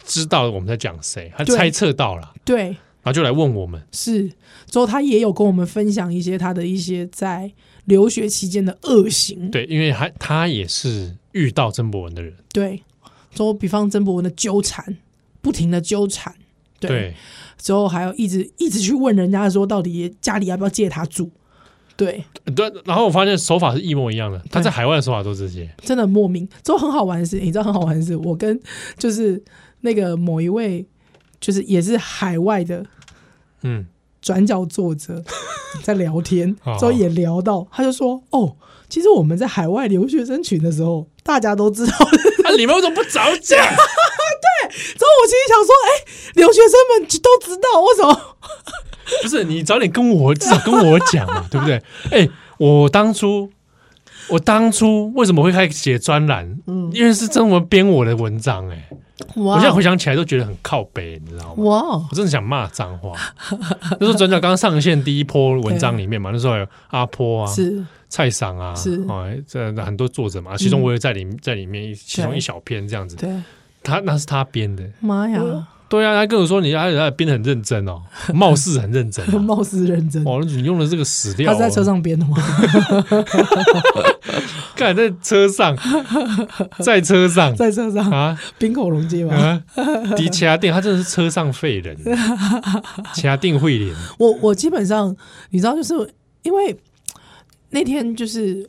Speaker 2: 知道我们在讲谁，他
Speaker 3: 对
Speaker 2: 猜测到了，
Speaker 3: 对
Speaker 2: 然后就来问我们，
Speaker 3: 是之后他也有跟我们分享一些他的一些在留学期间的恶行，
Speaker 2: 对，因为他他也是遇到曾博文的人，
Speaker 3: 对，之后比方曾博文的纠缠，不停的纠缠，对，
Speaker 2: 对，
Speaker 3: 之后还要一直一直去问人家说到底家里要不要借他住，对，
Speaker 2: 对，然后我发现手法是一模一样的，他在海外的手法都是这些，
Speaker 3: 真的很莫名。之后很好玩的是，你知道很好玩的是，我跟就是那个某一位就是也是海外的
Speaker 2: 嗯，
Speaker 3: 转角作者在聊天
Speaker 2: 好，
Speaker 3: 之后也聊到，他就说哦，其实我们在海外留学生群的时候，大家都知道。 之
Speaker 2: 啊，你们为什么不早讲？
Speaker 3: 后我心里想说，哎、留学生们都知道，为什么？
Speaker 2: 不是你早点跟我，至少跟我讲嘛， 对不对？哎、我当初。我当初为什么会开始写专栏？嗯，因为是曾文编我的文章、哎，我
Speaker 3: 哇
Speaker 2: 现在回想起来都觉得很靠北，你知道吗？
Speaker 3: 哇哦
Speaker 2: 我真的想骂脏话。那时候转角刚上线第一波文章里面 嘛，那时候有阿坡啊、
Speaker 3: 是
Speaker 2: 蔡赏啊，
Speaker 3: 是嗯
Speaker 2: 哦，这很多作者嘛，其中我也在里在里面一其中一小篇这样子。
Speaker 3: 对，
Speaker 2: 他那是他编的，
Speaker 3: 妈呀，
Speaker 2: 对啊，他跟我说你他他编的很认真哦，貌似很认真、啊。
Speaker 3: 貌似认真。
Speaker 2: 哦，你用的这个史料、
Speaker 3: 他
Speaker 2: 哦，
Speaker 3: 是在车上编的吗？
Speaker 2: 干在车 上，在车上
Speaker 3: 在车上
Speaker 2: 啊
Speaker 3: 冰口龙街吧。
Speaker 2: 啊！迪其他店，他真的是车上废 人，其他店会脸，
Speaker 3: 我我基本上你知道，就是因为那天就是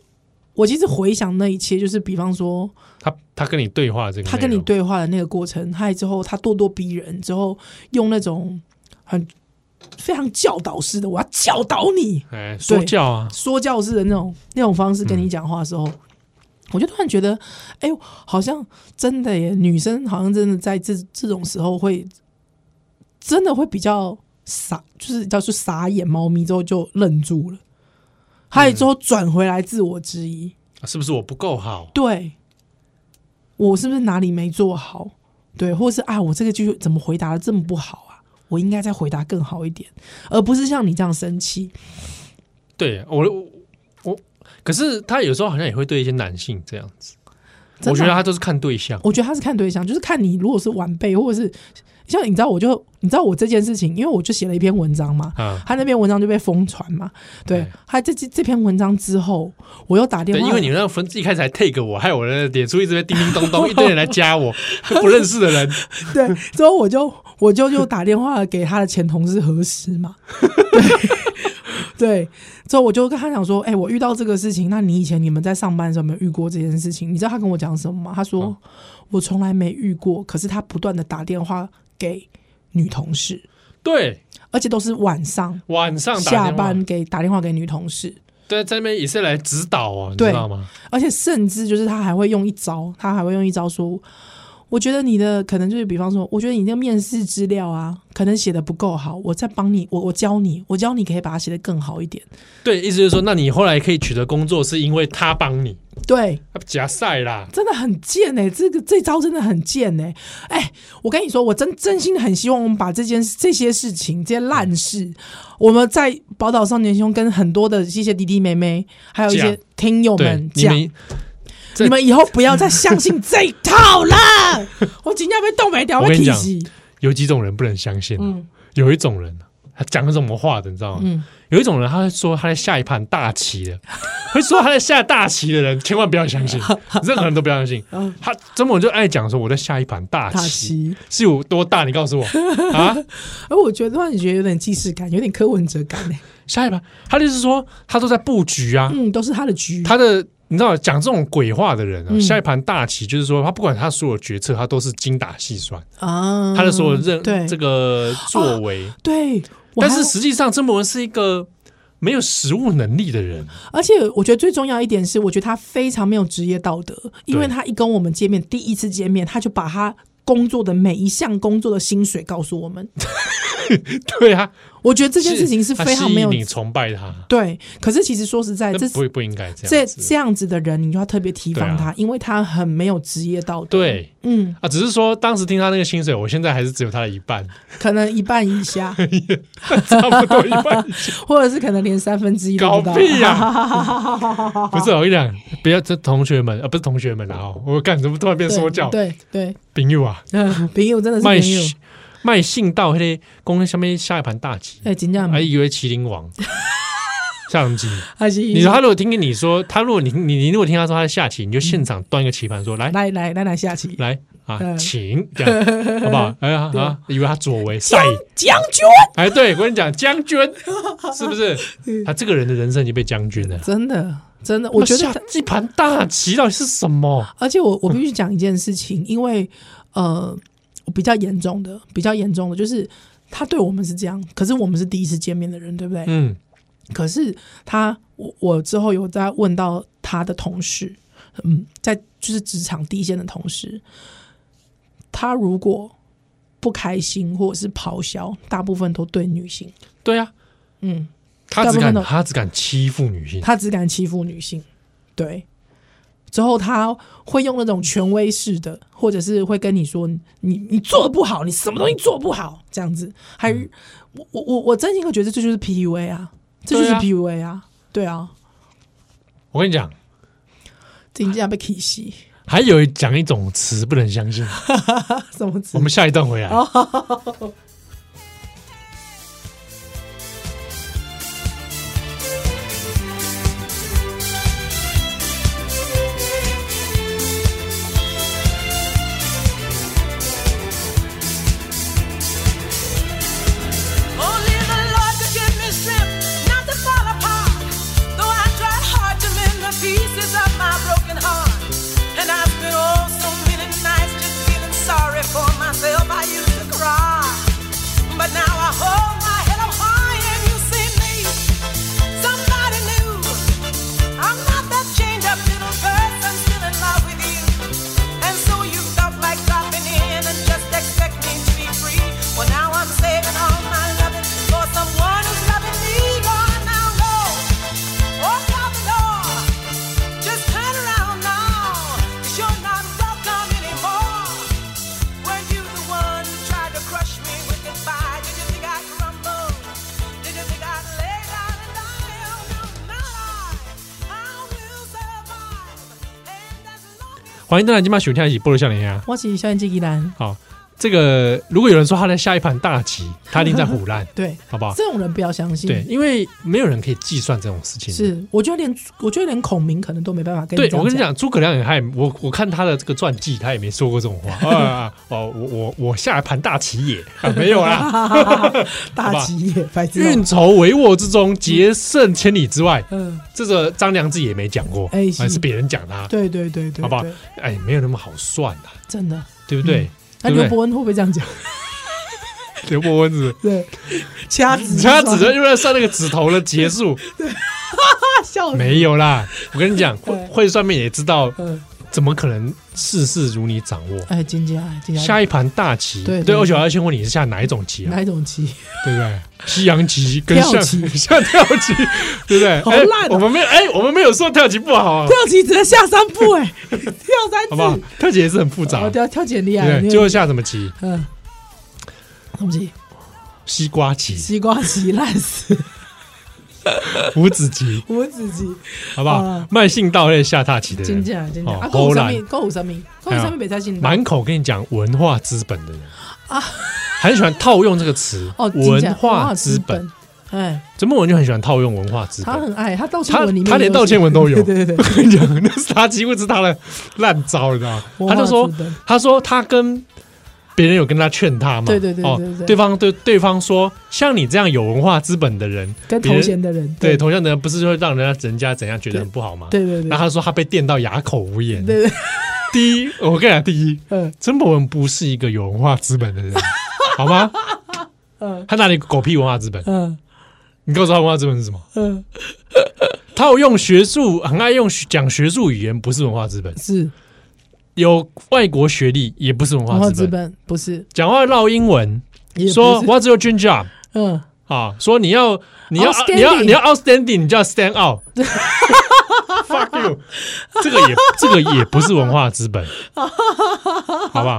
Speaker 3: 我其实回想那一切，就是比方说
Speaker 2: 他他跟你对话这个内容，
Speaker 3: 他跟你对话的那个过程，还有之后他咄咄逼人，之后用那种很非常教导式的，我要教导你
Speaker 2: 哎，说教啊，
Speaker 3: 说教式的那种那种方式跟你讲话的时候。我就突然觉得，哎、呦，好像真的耶，女生好像真的在这这种时候会，真的会比较傻，就是叫做傻眼猫咪之后就愣住了，还有之后转回来自我质疑，
Speaker 2: 啊是不是我不够好？
Speaker 3: 对，我是不是哪里没做好？对，或是啊，我这个句怎么回答的这么不好啊？我应该再回答更好一点，而不是像你这样生气。
Speaker 2: 对我我我，可是他有时候好像也会对一些男性这样子，
Speaker 3: 真的啊
Speaker 2: 我觉得他都是看对象，
Speaker 3: 我觉得他是看对象，就是看你如果是晚辈，或者是像你知道，我就你知道我这件事情，因为我就写了一篇文章嘛，
Speaker 2: 啊
Speaker 3: 他那篇文章就被疯传嘛。对
Speaker 2: 对，
Speaker 3: 他这这这篇文章之后，我又打电
Speaker 2: 对，
Speaker 3: 话，
Speaker 2: 因为你们那分一开始还 take 我，害我的脸书一直在叮叮咚咚，一堆人来加 我，不认识的人，
Speaker 3: 对，之后我就我就又打电话给他的前同事核实嘛， 对对，之后我就跟他讲说，哎、我遇到这个事情，那你以前你们在上班的时候有没有遇过这件事情？你知道他跟我讲什么吗？他说、
Speaker 2: 嗯
Speaker 3: 我从来没遇过，可是他不断的打电话给女同事，
Speaker 2: 对，
Speaker 3: 而且都是晚上
Speaker 2: 晚上打电话
Speaker 3: 下班，给打电话给女同事，
Speaker 2: 对，在那边也是来指导哦，你
Speaker 3: 对
Speaker 2: 知道吗？
Speaker 3: 而且甚至就是他还会用一招，他还会用一招说，我觉得你的可能就是，比方说，我觉得你那个面试资料啊，可能写的不够好，我再帮你，我我教你，我教你可以把它写得更好一点。
Speaker 2: 对，意思就是说，那你后来可以取得工作，是因为他帮你，
Speaker 3: 对，
Speaker 2: 他夹赛啦。
Speaker 3: 真的很贱哎、这个这招真的很贱哎、哎、我跟你说，我真真心的很希望我们把这件这些事情、这些烂事，我们在宝岛少年兄跟很多的一些弟弟妹妹，还有一些
Speaker 2: 讲
Speaker 3: 听友
Speaker 2: 对
Speaker 3: 们，
Speaker 2: 你
Speaker 3: 讲，
Speaker 2: 们这
Speaker 3: 你们以后不要再相信这一套 了。我今天被冻没掉，
Speaker 2: 我跟你
Speaker 3: 体
Speaker 2: 讲
Speaker 3: 系，
Speaker 2: 有几种人不能相信、嗯，有一种人他讲什么话的，你知道吗？
Speaker 3: 嗯
Speaker 2: 有一种人，他会说他在下一盘大棋了，会说他在下大棋的人，千万不要相 信，任何人都不要相信。他根本就爱讲说我在下一盘大
Speaker 3: 嗯大
Speaker 2: 棋，
Speaker 3: 旗。
Speaker 2: 是有多大？你告 诉我啊！
Speaker 3: 而我觉得突然觉得有点既视感，有点柯文哲感哎、
Speaker 2: 下一盘，他就是说他都在布局啊，
Speaker 3: 嗯，都是他的局。
Speaker 2: 他的你知道讲这种鬼话的人啊，
Speaker 3: 嗯
Speaker 2: 下一盘大棋就是说他不管他所有决策，他都是精打细算，
Speaker 3: 啊，
Speaker 2: 他的所有任
Speaker 3: 对
Speaker 2: 这个作为，
Speaker 3: 对，我
Speaker 2: 但
Speaker 3: 还
Speaker 2: 是实际上郑博文是一个没有实务能力的人，
Speaker 3: 而且我觉得最重要一点是，我觉得他非常没有职业道德，因为他一跟我们见面，第一次见面他就把他工作的每一项工作的薪水告诉我们，
Speaker 2: 对啊，
Speaker 3: 我觉得这件事情是
Speaker 2: 他
Speaker 3: 非常没有
Speaker 2: 吸引你崇拜他，
Speaker 3: 对。可是其实说实在，
Speaker 2: 那
Speaker 3: 这
Speaker 2: 不不应该这
Speaker 3: 这
Speaker 2: 样子
Speaker 3: 这，样子的人，你就要特别提防
Speaker 2: 对啊
Speaker 3: 他，因为他很没有职业道德。，
Speaker 2: 对。
Speaker 3: 嗯，
Speaker 2: 啊，只是说当时听他那个薪水，我现在还是只有他的一 半，
Speaker 3: 可能一半 以下，
Speaker 2: 差不多一半以下。
Speaker 3: 或者是可能连三分之一都
Speaker 2: 搞
Speaker 3: 不到。
Speaker 2: 屁啊呀、 不是，我跟你讲，不要这同学们啊，不是同学们啊，哦我干怎么突然变说教？
Speaker 3: 对对，
Speaker 2: 朋友啊，
Speaker 3: 对朋友真的是
Speaker 2: 卖
Speaker 3: 朋友。
Speaker 2: 信卖信到迄个公下面下一盘大棋，
Speaker 3: 哎，真正
Speaker 2: 还以为麒麟 王下什么棋？
Speaker 3: 还是
Speaker 2: 你说他如果听你说，他如果你你你如果听他说他在下棋，你就现场端一个棋盘说来
Speaker 3: 来来来来下棋，
Speaker 2: 来啊，
Speaker 3: 嗯
Speaker 2: 请这 样好不好？哎呀啊，以为他左为赛，
Speaker 3: 将军。
Speaker 2: 哎，对我跟你讲，将军是不是？他这个人的人生已经被将军了。
Speaker 3: 真的，真的，我觉得
Speaker 2: 他
Speaker 3: 他，
Speaker 2: 下一盘大棋到底是什么？
Speaker 3: 而且我我必须讲一件事情， 因为呃，我比较严重的，比较严重的就是他对我们是这样，可是我们是第一次见面的人，对不对？
Speaker 2: 嗯，
Speaker 3: 可是他，我我之后有在问到他的同事，嗯，在就是职场第一线的同事，他如果不开心或者是咆哮，大部分都对女性，
Speaker 2: 对啊，
Speaker 3: 嗯，
Speaker 2: 他只
Speaker 3: 大部分
Speaker 2: 敢
Speaker 3: 都
Speaker 2: 他只敢欺负女性，
Speaker 3: 他只敢欺负女性，对。之后他会用那种权威式的，或者是会跟你说你你做的不好，你什么东西做不好这样子，还、
Speaker 2: 嗯
Speaker 3: 我我我我真心会觉得这就是 PUA 啊，这就是
Speaker 2: 对啊
Speaker 3: PUA 啊，对啊，
Speaker 2: 我跟你讲，
Speaker 3: 这已经要被体系
Speaker 2: 还有一讲一种词不能相 信，
Speaker 3: 什么之
Speaker 2: 我们下一段回来。
Speaker 3: 哦
Speaker 4: Only Oh, the Lord could give me strength not to fall apart. Though I tried hard to mend the pieces of my broken heart. And I spent oh so many nights just feeling sorry for myself. I used to cry. But now I hold my head up high and you see me. Somebody new. I'm not that chained up little person still in love with you. And so you felt like dropping in and just expect me to be free. Well, now I'm saving all my loving for someone who's loving me. Lord, now go. Walk out the door. Just turn around now. you you're not welcome anymore. Were you the one who tried to crush me with goodbye? Did you think I'd crumble? Did you think I'd lay down and die? Oh, no, not I. I will survive. And as long as
Speaker 2: 欢迎大家今晚收听一起波罗笑脸啊！
Speaker 3: 我是小眼睛依兰，，
Speaker 2: 好，这个如果有人说他在下一盘大棋，他一定在胡乱
Speaker 3: 对，
Speaker 2: 好不好？
Speaker 3: 这种人不要相信。
Speaker 2: 对，，因为没有人可以计算这种事情。，
Speaker 3: 是我觉得连我觉得连孔明可能都没办法跟
Speaker 2: 对
Speaker 3: 你这
Speaker 2: 我
Speaker 3: 样
Speaker 2: 跟你，讲，诸葛亮也还我我看他的这个传记，他也没说过这种话 啊啊！啊哦，我我我下一盘大棋也啊，没有啦。
Speaker 3: 大吉也白痴哦。
Speaker 2: 运筹帷幄之中，决胜千里之外。
Speaker 3: 嗯，
Speaker 2: 这个张良自己也没讲过，
Speaker 3: 哎是
Speaker 2: 还是别人讲他，
Speaker 3: 对对对对，
Speaker 2: 好不好
Speaker 3: 对？
Speaker 2: 哎，没有那么好算啊，
Speaker 3: 真的。
Speaker 2: 对不对？
Speaker 3: 那
Speaker 2: 对不对
Speaker 3: 刘伯温会不会这样讲？
Speaker 2: 刘伯温子，
Speaker 3: 对，掐指
Speaker 2: 他指着因为算那个指头的结束，
Speaker 3: 笑死，
Speaker 2: 没有啦。我跟你讲，会
Speaker 3: 对
Speaker 2: 会算命也知道
Speaker 3: 嗯
Speaker 2: 怎么可能事事如你掌握？
Speaker 3: 哎，真正真正
Speaker 2: 下一盘大棋，
Speaker 3: 对
Speaker 2: 对，
Speaker 3: 对
Speaker 2: 而且我还要先问你是下哪一种棋啊？
Speaker 3: 哪一种棋？
Speaker 2: 对不对？西洋棋跟
Speaker 3: 跳
Speaker 2: 下
Speaker 3: 棋
Speaker 2: 下 跳棋，对不对？
Speaker 3: 好
Speaker 2: 哎
Speaker 3: 烂哦
Speaker 2: 我们没有哎，我们没有说跳棋不好啊，
Speaker 3: 跳棋只能下三步哎，跳三
Speaker 2: 好不好
Speaker 3: 次。？
Speaker 2: 跳棋也是很复杂
Speaker 3: 哦，，对啊，跳起很厉害
Speaker 2: 对，不对？最后下什么棋？
Speaker 3: 嗯，什么棋？
Speaker 2: 西瓜棋、
Speaker 3: 西瓜棋烂死，
Speaker 2: 五子棋，
Speaker 3: 我自己
Speaker 2: 好不好
Speaker 3: 好了？
Speaker 2: 慢性到类下大棋的
Speaker 3: 哦真
Speaker 2: 人，
Speaker 3: 正真正
Speaker 2: 哦
Speaker 3: 啊，够有
Speaker 2: 荷
Speaker 3: 啥
Speaker 2: 兰
Speaker 3: 物？够有啥物？够有啥
Speaker 2: 哎
Speaker 3: 物？袂使信
Speaker 2: 满口跟你讲文化资本的人很喜欢套用这个词
Speaker 3: 啊哦，真正
Speaker 2: 文化资本。，
Speaker 3: 哎，
Speaker 2: 陈默文就很喜欢套用文化资
Speaker 3: 他
Speaker 2: 本，
Speaker 3: 很爱他道歉
Speaker 2: 他
Speaker 3: 文里面
Speaker 2: 他连
Speaker 3: 都有
Speaker 2: 道歉文都有
Speaker 3: 对对对对，
Speaker 2: 我跟你讲，那是他几乎是他的烂招，你知道吗？
Speaker 3: 文
Speaker 2: 他
Speaker 3: 化
Speaker 2: 就说
Speaker 3: 资本，
Speaker 2: 他说他跟别人有跟他劝他嘛，
Speaker 3: 对对对对对
Speaker 2: 哦
Speaker 3: 对，
Speaker 2: 对方对对方说，像你这样有文化资本的人，
Speaker 3: 跟
Speaker 2: 别
Speaker 3: 头
Speaker 2: 人
Speaker 3: 衔的人
Speaker 2: 对同样的人，不是会让人家人家怎样觉得很不好吗？
Speaker 3: 对对对
Speaker 2: 然后他说他被电到哑口无言。
Speaker 3: 对对，
Speaker 2: 第一，我跟你讲，第一，
Speaker 3: 嗯
Speaker 2: 曾博文不是一个有文化资本的人，好吗？
Speaker 3: 嗯
Speaker 2: 他哪里有狗屁文化资本？
Speaker 3: 嗯
Speaker 2: 你告诉他文化资本是什么？
Speaker 3: 嗯，
Speaker 2: 他有用学术，很爱用学讲学术语言，不是文化资本；
Speaker 3: 是
Speaker 2: 有外国学历，也不是文
Speaker 3: 文
Speaker 2: 化
Speaker 3: 化
Speaker 2: 资
Speaker 3: 资
Speaker 2: 本。
Speaker 3: 本不是，
Speaker 2: 讲话绕英文，
Speaker 3: 也不是
Speaker 2: 说 What's your dream job？
Speaker 3: 嗯，
Speaker 2: 啊，说你要你要
Speaker 3: Outstanding
Speaker 2: 你要你要 outstanding，你就要 stand out。Fuck you！这个也这个也不是文化资本，好不好？
Speaker 3: 好好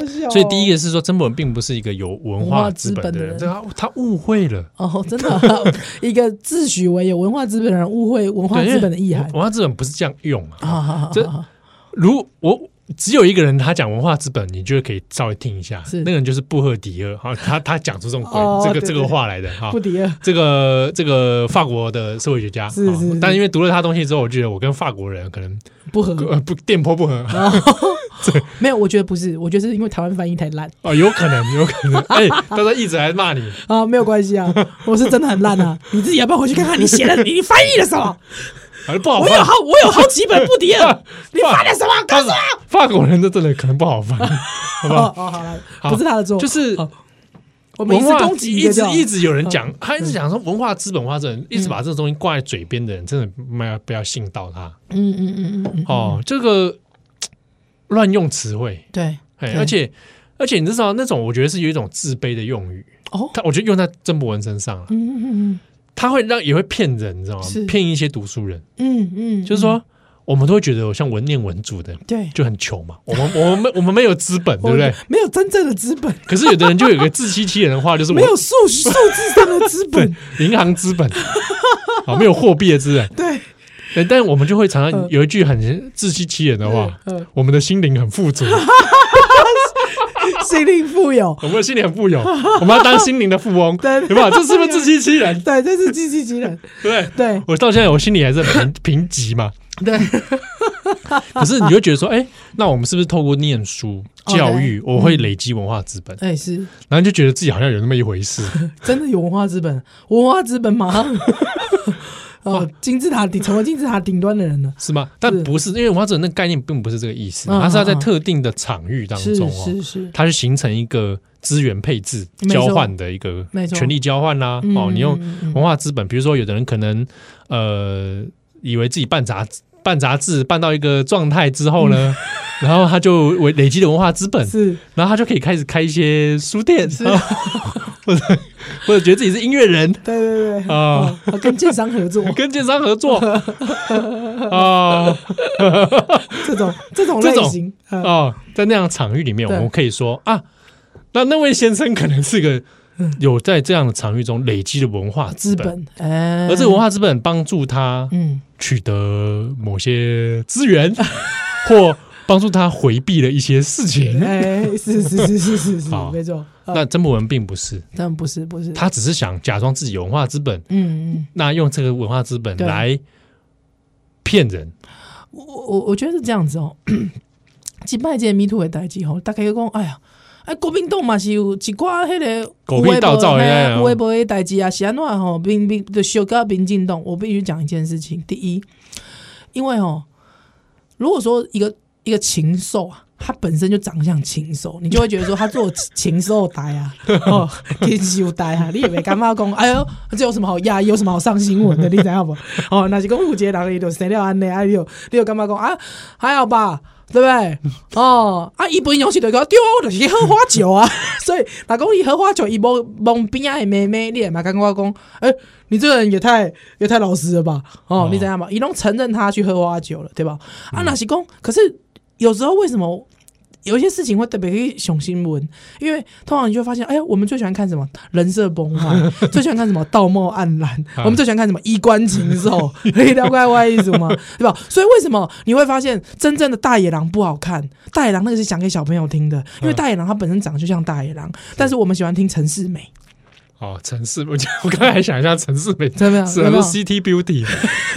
Speaker 3: 笑哦。
Speaker 2: 所以第一个是说，曾博文并不是一个有文化资本的人，
Speaker 3: 文化资本的人
Speaker 2: 这他他误会了。
Speaker 3: 哦，真的啊， 一个自诩为有文化资本的人误会文化
Speaker 2: 对因为
Speaker 3: 资本的意涵
Speaker 2: 文化资本不是这样用啊。
Speaker 3: 啊好好
Speaker 2: 这
Speaker 3: 好好
Speaker 2: 如我只有一个人，他讲文化资本，你就可以稍微听一下。
Speaker 3: 是
Speaker 2: 那个人就是布赫迪厄，哈，他他讲出这种鬼
Speaker 3: 哦
Speaker 2: 这个
Speaker 3: 对
Speaker 2: 这个
Speaker 3: 对
Speaker 2: 话来的哈
Speaker 3: 布。迪厄
Speaker 2: 这个这个法国的社会学家，
Speaker 3: 是
Speaker 2: 啊
Speaker 3: 是是
Speaker 2: 但因为读了他东西之后，我觉得我跟法国人可能
Speaker 3: 不合，
Speaker 2: 呃不电波不合啊、
Speaker 3: 哦没有，我觉得不是，我觉得是因为台湾翻译太烂
Speaker 2: 哦有可能有可 能，哎、大家一直来骂你，
Speaker 3: 啊，没有关系啊， 我是真的很烂啊，你自己要不要回去看看你 写的你翻译了什么？
Speaker 2: 反正不好
Speaker 3: 我
Speaker 2: 翻。
Speaker 3: 有好我有好几本布迪厄，你翻了什么？告诉我。
Speaker 2: 我，法国人的真的可能不好翻， 好不
Speaker 3: 哦
Speaker 2: 好？
Speaker 3: 哦，好了，
Speaker 2: 好
Speaker 3: 不是他的错，
Speaker 2: 就是
Speaker 3: 哦我们一
Speaker 2: 文
Speaker 3: 直
Speaker 2: 化
Speaker 3: 攻击
Speaker 2: 一
Speaker 3: 个嗯
Speaker 2: 直
Speaker 3: 就好
Speaker 2: 一直有人讲，他一直讲说文化资本、文化资本，一直把这东西挂在嘴边的人，真的不要不要信到他
Speaker 3: 嗯嗯嗯嗯嗯，
Speaker 2: 哦。这个嘖乱用词汇，
Speaker 3: 对，
Speaker 2: 哎，
Speaker 3: 对
Speaker 2: 而且而且你知道那种，我觉得是有一种自卑的用语，
Speaker 3: 哦，
Speaker 2: 他我觉得用在曾博文身上了，啊
Speaker 3: 嗯嗯
Speaker 2: 他会让也会骗人，你知道吗
Speaker 3: 是？
Speaker 2: 骗一些读书人，
Speaker 3: 嗯嗯，
Speaker 2: 就是说我们都会觉得像文念文组的
Speaker 3: 对，
Speaker 2: 就很穷嘛，我们我们没我们没有资 本，对不对？？
Speaker 3: 哦没有真正的资本，
Speaker 2: 可是有的人就有一个自欺欺人的话，就是我
Speaker 3: 没有数数字上的资
Speaker 2: 对
Speaker 3: 本，
Speaker 2: 银行资 本啊，没有货币的资本。
Speaker 3: 对，
Speaker 2: 对，但我们就会常常
Speaker 3: 嗯
Speaker 2: 有一句很自欺欺人的话
Speaker 3: 嗯嗯：
Speaker 2: 我们的心灵很 富足，
Speaker 3: 心灵富有，
Speaker 2: 我们的心灵很富有，我们要当心灵的富翁，
Speaker 3: 对
Speaker 2: 对吧？这是不是自欺欺人？
Speaker 3: 对，这是机器机人，
Speaker 2: 对不对？
Speaker 3: 对
Speaker 2: 我到现在我心里还是很贫贫瘠 嘛，
Speaker 3: 对，啊
Speaker 2: 可是你就觉得说，哎，那我们是不是透过念书、
Speaker 3: 哦
Speaker 2: 教育，我会累积文化资本？
Speaker 3: 哎，是
Speaker 2: 然后就觉得自己好像有那么一回 事，
Speaker 3: 真的有文化资本，文化资本马上。 哦，金字塔顶成为金字塔顶端的人了，
Speaker 2: 是吗？但
Speaker 3: 是
Speaker 2: 不是，因为文化资本那个概念并不是这个意思，
Speaker 3: 嗯
Speaker 2: 它是要在
Speaker 3: 嗯嗯
Speaker 2: 特定的场域当
Speaker 3: 是
Speaker 2: 中哦，
Speaker 3: 是是，
Speaker 2: 它是形成一个资源配置
Speaker 3: 没
Speaker 2: 交
Speaker 3: 错
Speaker 2: 换的一个
Speaker 3: 没错
Speaker 2: 权力交换啦、
Speaker 3: 嗯
Speaker 2: 哦，你用
Speaker 3: 嗯嗯
Speaker 2: 文化资本，比如说有的人可能呃以为自己办杂办杂志办到一个状态之后呢， 然后他就为累积了文化资本，
Speaker 3: 嗯是
Speaker 2: 然后他就可以开始开一些书店，哦 或者或者觉得自己是音乐人
Speaker 3: 对对对，
Speaker 2: 啊。
Speaker 3: 哦跟建商合作，
Speaker 2: 跟建商合 作啊
Speaker 3: 这种这种
Speaker 2: 这
Speaker 3: 类
Speaker 2: 种
Speaker 3: 型，呃
Speaker 2: 哦，在那样场域里面，我
Speaker 3: 对
Speaker 2: 们可以说啊，那那位先生可能是个有在这样的场域中累积的文化资
Speaker 3: 嗯资
Speaker 2: 本，
Speaker 3: 本，哎，
Speaker 2: 而这个文化资本帮助他
Speaker 3: 嗯，
Speaker 2: 取得某些资源， 或帮助他回避了一些事情。
Speaker 3: 哎，是是是是是是
Speaker 2: 好，
Speaker 3: 没错。呃
Speaker 2: 那曾博文并不是，
Speaker 3: 但不是不是，
Speaker 2: 他只是想假装自己有文化资本，
Speaker 3: 嗯嗯，
Speaker 2: 那用这个文化资本
Speaker 3: 对
Speaker 2: 来骗人。
Speaker 3: 我我我觉得是这样子哦。 即摆这个 Me Too 的代志吼，大概讲，哎呀，哎，国民党嘛是有一寡迄个
Speaker 2: 狗屁倒灶的那样
Speaker 3: 有诶无诶代志啊，是安怎吼？民民就小到民进党，我必须讲一件事情。第一，因为吼，如果说一个一个禽兽啊，他本身就长相禽兽，你就会觉得说他做禽兽呆啊，哦，禽兽呆啊，你也没干嘛讲，哎呦，这有什么好压抑，有什么好上新闻的，你知道不？哦，那是讲五节人伊就生了安尼，啊，你就你就干嘛讲啊，还好吧。对不对？哦，啊，伊本勇是就讲，对啊，我就是去喝花酒啊。 所以，若讲伊喝花酒，伊摸摸边仔的妹妹，你也嘛感觉讲，哎、你这个人也太也太老实了吧？哦，你知道吗？伊拢承认他去喝花酒了，对吧？啊，那是讲，可是有时候为什么有一些事情会特别去熊新闻？因为通常你就会发现，哎呀，我们最喜欢看什么人设崩坏， 最喜欢看什么道貌岸然，
Speaker 2: 啊
Speaker 3: 我们最喜欢看什么衣冠禽 兽，你了解我的意思吗？对吧？所以为什么你会发现真正的大野狼不好看？大野狼那个是讲给小朋友听的，
Speaker 2: 啊
Speaker 3: 因为大野狼它本身长得就像大野狼，但是我们喜欢听陈世美。
Speaker 2: 哦，城市，我我刚才还想一下城市美，
Speaker 3: 怎么样
Speaker 2: 是
Speaker 3: 有没有
Speaker 2: CT Beauty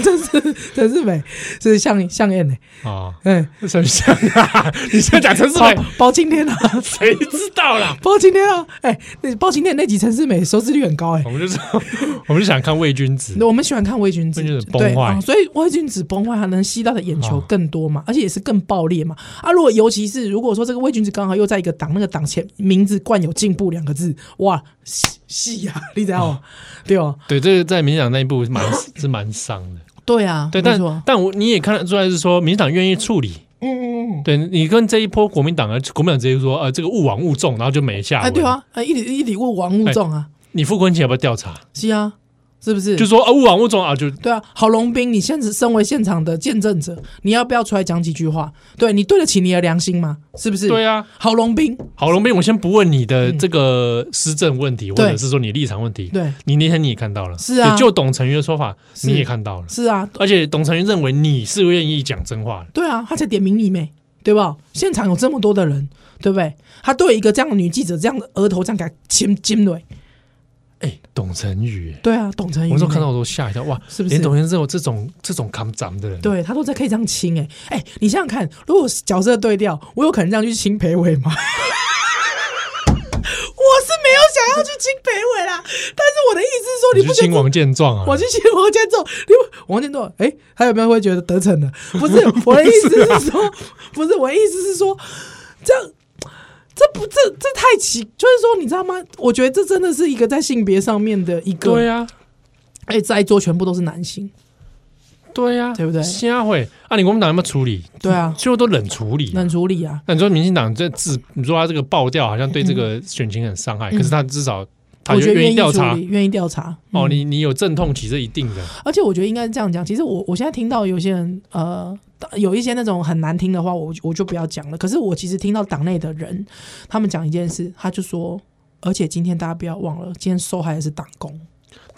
Speaker 3: 真是真是美，是像像燕呢、
Speaker 2: 哦，
Speaker 3: 嗯，
Speaker 2: 很像啊！你现在讲城市
Speaker 3: 包
Speaker 2: 美，
Speaker 3: 包青天啊，
Speaker 2: 谁知道啦？
Speaker 3: 包青天啊，哎、那包青天那集陈世美收视率很高哎、
Speaker 2: 我们就说， 我们就想看魏君子
Speaker 3: 我们喜欢看魏君子，
Speaker 2: 魏君子崩
Speaker 3: 对
Speaker 2: 坏
Speaker 3: 啊，所以魏君子崩坏，他能吸到的眼球更多嘛，而且也是更爆裂嘛。啊，如果尤其是如果说这个魏君子刚好又在一个党，那个党前名字冠有进步两个字，哇，戏戏呀，你知道吗？对哦，
Speaker 2: 对，这个在民进党那一部蛮是蛮伤的。
Speaker 3: 对啊，
Speaker 2: 对，
Speaker 3: 没
Speaker 2: 但
Speaker 3: 错，
Speaker 2: 但我你也看得出来是说，民进党愿意处理。
Speaker 3: 嗯嗯嗯。
Speaker 2: 对你跟这一波国民党啊，国民党直接说，呃，这个勿往勿重，然后就没下文。
Speaker 3: 哎，对，啊，哎，一礼一礼物王物重啊，
Speaker 2: 你傅昆萁要不要调查？
Speaker 3: 是啊，是不是？
Speaker 2: 哎就说啊，勿往勿重啊，就
Speaker 3: 对啊，郝龙斌，你现在身为现场的见证者，你要不要出来讲几句话？对你对得起你的良心吗？是不是？
Speaker 2: 对啊。
Speaker 3: 郝龙斌，
Speaker 2: 郝龙斌，我先不问你的这个施政问题，或
Speaker 3: 嗯对
Speaker 2: 者是说你立场问题。
Speaker 3: 对
Speaker 2: 你那天你也看到了，
Speaker 3: 是啊
Speaker 2: 对就董成云的说法，
Speaker 3: 是
Speaker 2: 你也看到了，
Speaker 3: 是啊，
Speaker 2: 而且董成云认为你是愿意讲真话的。
Speaker 3: 对啊，他才点名你妹，对吧？现场有这么多的人，对不对？他对一个这样的女记者这样的额头这样给她亲亲了，欸
Speaker 2: 哎，董成宇，哎
Speaker 3: 对啊，董成宇，
Speaker 2: 我那时候看到我都吓一跳，哇，
Speaker 3: 是不是
Speaker 2: 连董先生有这种这种扛长的人，，
Speaker 3: 对他都在可以这样亲哎、哎、你想想看，如果角色对调，我有可能这样去亲裴伟吗？ 我是没有想要去亲裴伟啦，但是我的意思是说，
Speaker 2: 你去
Speaker 3: 啊你不觉
Speaker 2: 亲
Speaker 3: 得
Speaker 2: 王健壮啊，
Speaker 3: 我去亲王建中，因为王建中，哎、他有没有会觉得 得逞了？不是，我的意
Speaker 2: 啊
Speaker 3: 思是说，不是我的意思是说，这样。这不这这太奇，就是说，你知道吗？我觉得这真的是一个在性别上面的一个，
Speaker 2: 对啊，
Speaker 3: 哎，在座全部都是男性，
Speaker 2: 对啊，
Speaker 3: 对不对
Speaker 2: 瞎会啊！你国民党有没有处理？
Speaker 3: 对啊
Speaker 2: 最后都冷处理啊、
Speaker 3: 冷处理啊，
Speaker 2: 那你说民进党这自，你说他这个爆掉，好像对这个选情很伤害，可是他至少他
Speaker 3: 嗯我
Speaker 2: 就
Speaker 3: 觉得
Speaker 2: 愿
Speaker 3: 愿
Speaker 2: 意
Speaker 3: 意
Speaker 2: 调
Speaker 3: 处
Speaker 2: 查。
Speaker 3: 理嗯愿意调查。
Speaker 2: 哦，你你有阵痛期是一定的，
Speaker 3: 而且我觉得应该是这样讲。其实我我现在听到有些人，呃，有一些那种很难听的话，我我就不要讲了。可是我其实听到党内的人，他们讲一件事，他就说，而且今天大家不要忘了，今天受害的是党工，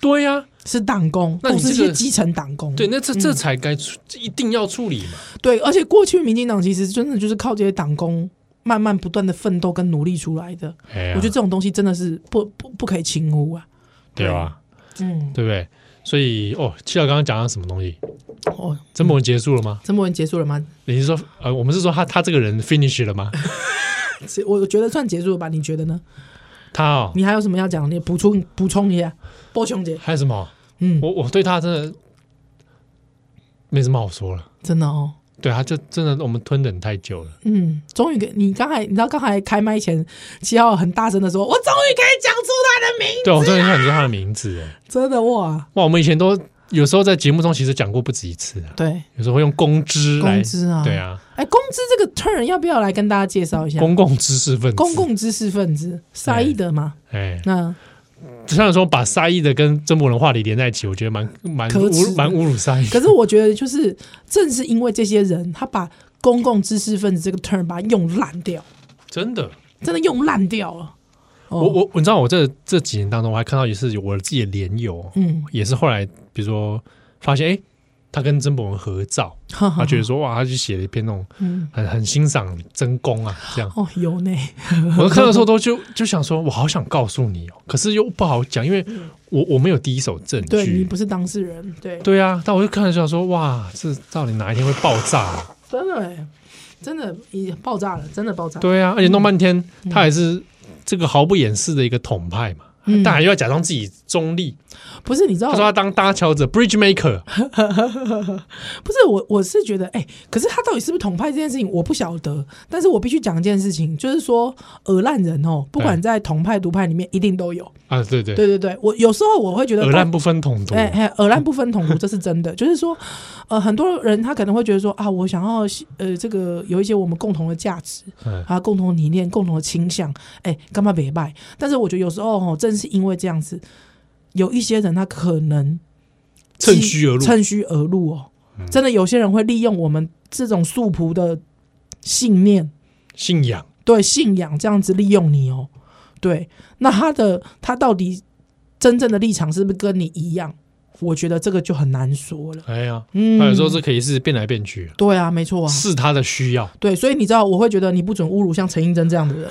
Speaker 2: 对呀、
Speaker 3: 是党工，
Speaker 2: 那你
Speaker 3: 都是一
Speaker 2: 这
Speaker 3: 些
Speaker 2: 个
Speaker 3: 基层党工。
Speaker 2: 对，那这这才该处，一定要处理嘛。
Speaker 3: 对，而且过去民进党其实真的就是靠这些党工。慢慢不断的奋斗跟努力出来的，
Speaker 2: 哎呀
Speaker 3: 我觉得这种东西真的是不不不可以轻忽啊！
Speaker 2: 对吧？
Speaker 3: 嗯，
Speaker 2: 对不对？所以哦，七号刚刚讲到什么东西？
Speaker 3: 哦，
Speaker 2: 曾博文结束了吗？
Speaker 3: 这么文结束了吗？
Speaker 2: 你是说呃，我们是说他他这个人 finish 了吗？
Speaker 3: 我我觉得算结束了吧？你觉得呢？
Speaker 2: 他哦，
Speaker 3: 你还有什么要讲？你补充补充一下，波琼姐，
Speaker 2: 还有什么？
Speaker 3: 嗯，
Speaker 2: 我我对他真的没什么好说了。
Speaker 3: 真的哦，
Speaker 2: 对，他就真的我们吞忍太久了。
Speaker 3: 嗯，终于给你刚才，你知道刚才开麦前，七号很大声的说，我终于可以讲出他的名，
Speaker 2: 对，我终于想知道他的名字了。
Speaker 3: 真的哇，
Speaker 2: 哇，我们以前都有时候在节目中其实讲过不止一次啊，
Speaker 3: 对，
Speaker 2: 有时候会用公知来，
Speaker 3: 公知啊
Speaker 2: 对啊，
Speaker 3: 哎，公知这个 turn 要不要来跟大家介绍一下？
Speaker 2: 公共知识分子，
Speaker 3: 公共知识分子沙伊德嘛，
Speaker 2: 哎，
Speaker 3: 那
Speaker 2: 虽然说把沙溢的跟曾博文话题连在一起，我觉得蛮蛮
Speaker 3: 可耻
Speaker 2: 侮蛮侮辱沙溢的。
Speaker 3: 可是我觉得就是正是因为这些人，他把公共知识分子这个 turn 把它用烂掉，
Speaker 2: 真的，
Speaker 3: 真的用烂掉了。哦
Speaker 2: 我我你知道，我这这几年当中，我还看到也是有我自己的连友，
Speaker 3: 嗯，
Speaker 2: 也是后来比如说发现，哎、他跟曾博文合照，
Speaker 3: 哈哈
Speaker 2: 他觉得说哇，他就写了一篇那种很很欣赏曾公啊这样。
Speaker 3: 嗯哦有呢，
Speaker 2: 我看的时候都就就想说，我好想告诉你哦，可是又不好讲，因为我我没有第一手证
Speaker 3: 嗯对你
Speaker 2: 据。
Speaker 3: 不是当事人，对
Speaker 2: 对啊，但我就看了就想说，哇，这到底哪一天会爆炸、啊？
Speaker 3: 真的欸，真的已爆炸了，真的爆炸。嗯
Speaker 2: 对啊，而且弄半天，他还是这个毫不掩饰的一个统派嘛，
Speaker 3: 嗯
Speaker 2: 但还要假装自己中立。
Speaker 3: 不是，你知道
Speaker 2: 他说他当搭桥者 （bridge maker），
Speaker 3: 不是我，我是觉得，哎、可是他到底是不是统派这件事情，我不晓得。但是我必须讲一件事情，就是说，耳烂人哦，不管在统派、独派里面，一定都有。
Speaker 2: 啊，对对，
Speaker 3: 对对对，我有时候我会觉得，
Speaker 2: 耳烂不分统独，
Speaker 3: 哎哎，耳烂不分统独，这是真的。 就是说，呃，很多人他可能会觉得说啊，我想要呃，这个有一些我们共同的价值
Speaker 2: 嗯
Speaker 3: 啊，共同理念、共同的倾向，哎，干嘛别拜？但是我觉得有时候哦，正是因为这样子，有一些人他可能
Speaker 2: 趁虚而入。嗯
Speaker 3: 趁虚而入哦。真的，有些人会利用我们这种素朴的信念，
Speaker 2: 信仰
Speaker 3: 对信仰这样子利用你哦。对，那他的他到底真正的立场是不是跟你一样？我觉得这个就很难说了。
Speaker 2: 哎呀，
Speaker 3: 嗯
Speaker 2: 他有时候是可以是变来变去，
Speaker 3: 对啊，没错啊。
Speaker 2: 是他的需要。
Speaker 3: 对，所以你知道，我会觉得你不准侮辱像陈映真这样 的人。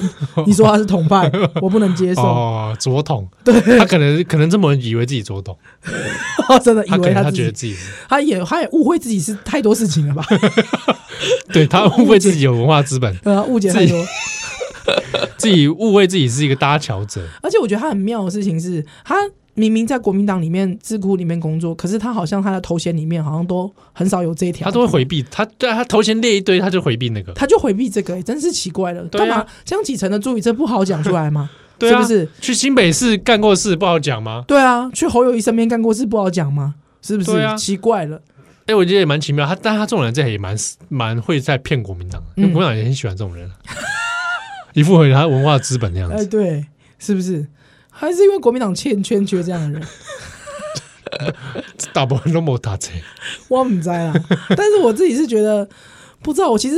Speaker 3: 你说他是同派，我不能接受。
Speaker 2: 哦，左统，对，他可能可能这么以为自己左统，
Speaker 3: 真的以
Speaker 2: 他可
Speaker 3: 为
Speaker 2: 能
Speaker 3: 他
Speaker 2: 他
Speaker 3: 自
Speaker 2: 觉得
Speaker 3: 己，
Speaker 2: 自己，
Speaker 3: 他也他也误会自己是太多事情了 吧？
Speaker 2: 对他误会自己有文化资 本，
Speaker 3: 呃，误解
Speaker 2: 自
Speaker 3: 太
Speaker 2: 己
Speaker 3: 多。
Speaker 2: 自己误会自己是一个搭桥者，
Speaker 3: 而且我觉得他很妙的事情是，他明明在国民党里面、智库里面工作，可是他好像他的头衔里面好像都很少有这一条，
Speaker 2: 他都会回避，他对啊他头衔列一堆，他就回避那个，
Speaker 3: 他就回避这个、欸真是奇怪了。
Speaker 2: 对啊
Speaker 3: 干嘛江启程的助理这不好讲出来吗？
Speaker 2: 对啊，
Speaker 3: 是不是？
Speaker 2: 去新北市干过事不好讲吗？
Speaker 3: 对啊，去侯友谊身边干过事不好讲吗？是不是？
Speaker 2: 对啊
Speaker 3: 奇怪了，
Speaker 2: 哎，我觉得也蛮奇妙，他但他这种人这也蛮蛮会在骗国民党的，因为
Speaker 3: 嗯
Speaker 2: 国民党也很喜欢这种人啊，一副很有他文化资本的样
Speaker 3: 哎、
Speaker 2: 子，
Speaker 3: 对，是不是？还是因为国民党欠欠缺这样 的人，呃
Speaker 2: 大部分都没打折，
Speaker 3: 我唔知啦。但是我自己是觉得，不知道。我其实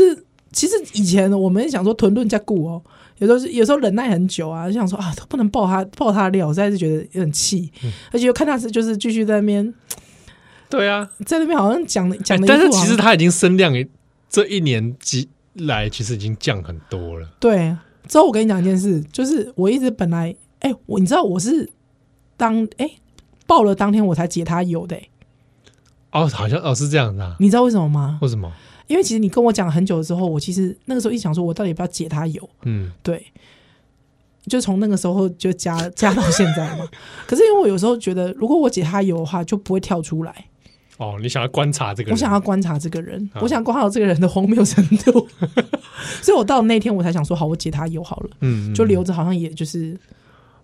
Speaker 3: 其实以前我们想说屯论加固哦，有时候是有时候忍耐很久啊，就想说啊，都不能爆他爆他的料，实在是觉得有点气。
Speaker 2: 嗯
Speaker 3: 而且又看他是就是继续在那边
Speaker 2: 对啊，
Speaker 3: 在那边好像讲的讲
Speaker 2: 哎
Speaker 3: 的、
Speaker 2: 但是其实他已经声量也这一年几来其实已经降很多了，
Speaker 3: 对。之后我跟你讲一件事，就是我一直本来哎、我你知道我是当哎、爆了当天我才解他有的、哎
Speaker 2: 哦，好像哦是这样子啊，
Speaker 3: 你知道为什么吗？
Speaker 2: 为什么？
Speaker 3: 因为其实你跟我讲很久之后，我其实那个时候一想说，我到底要不要解他油？
Speaker 2: 嗯，
Speaker 3: 对，就从那个时候就加加到现在嘛。 可是因为我有时候觉得，如果我解他油的话，就不会跳出来。
Speaker 2: 哦，你想要观察这个人，
Speaker 3: 我想要观察这个人，
Speaker 2: 啊
Speaker 3: 我想观察这个人的荒谬程度。 所以我到那天我才想说，好，我解他油好了，
Speaker 2: 嗯，嗯
Speaker 3: 就留着，好像也就是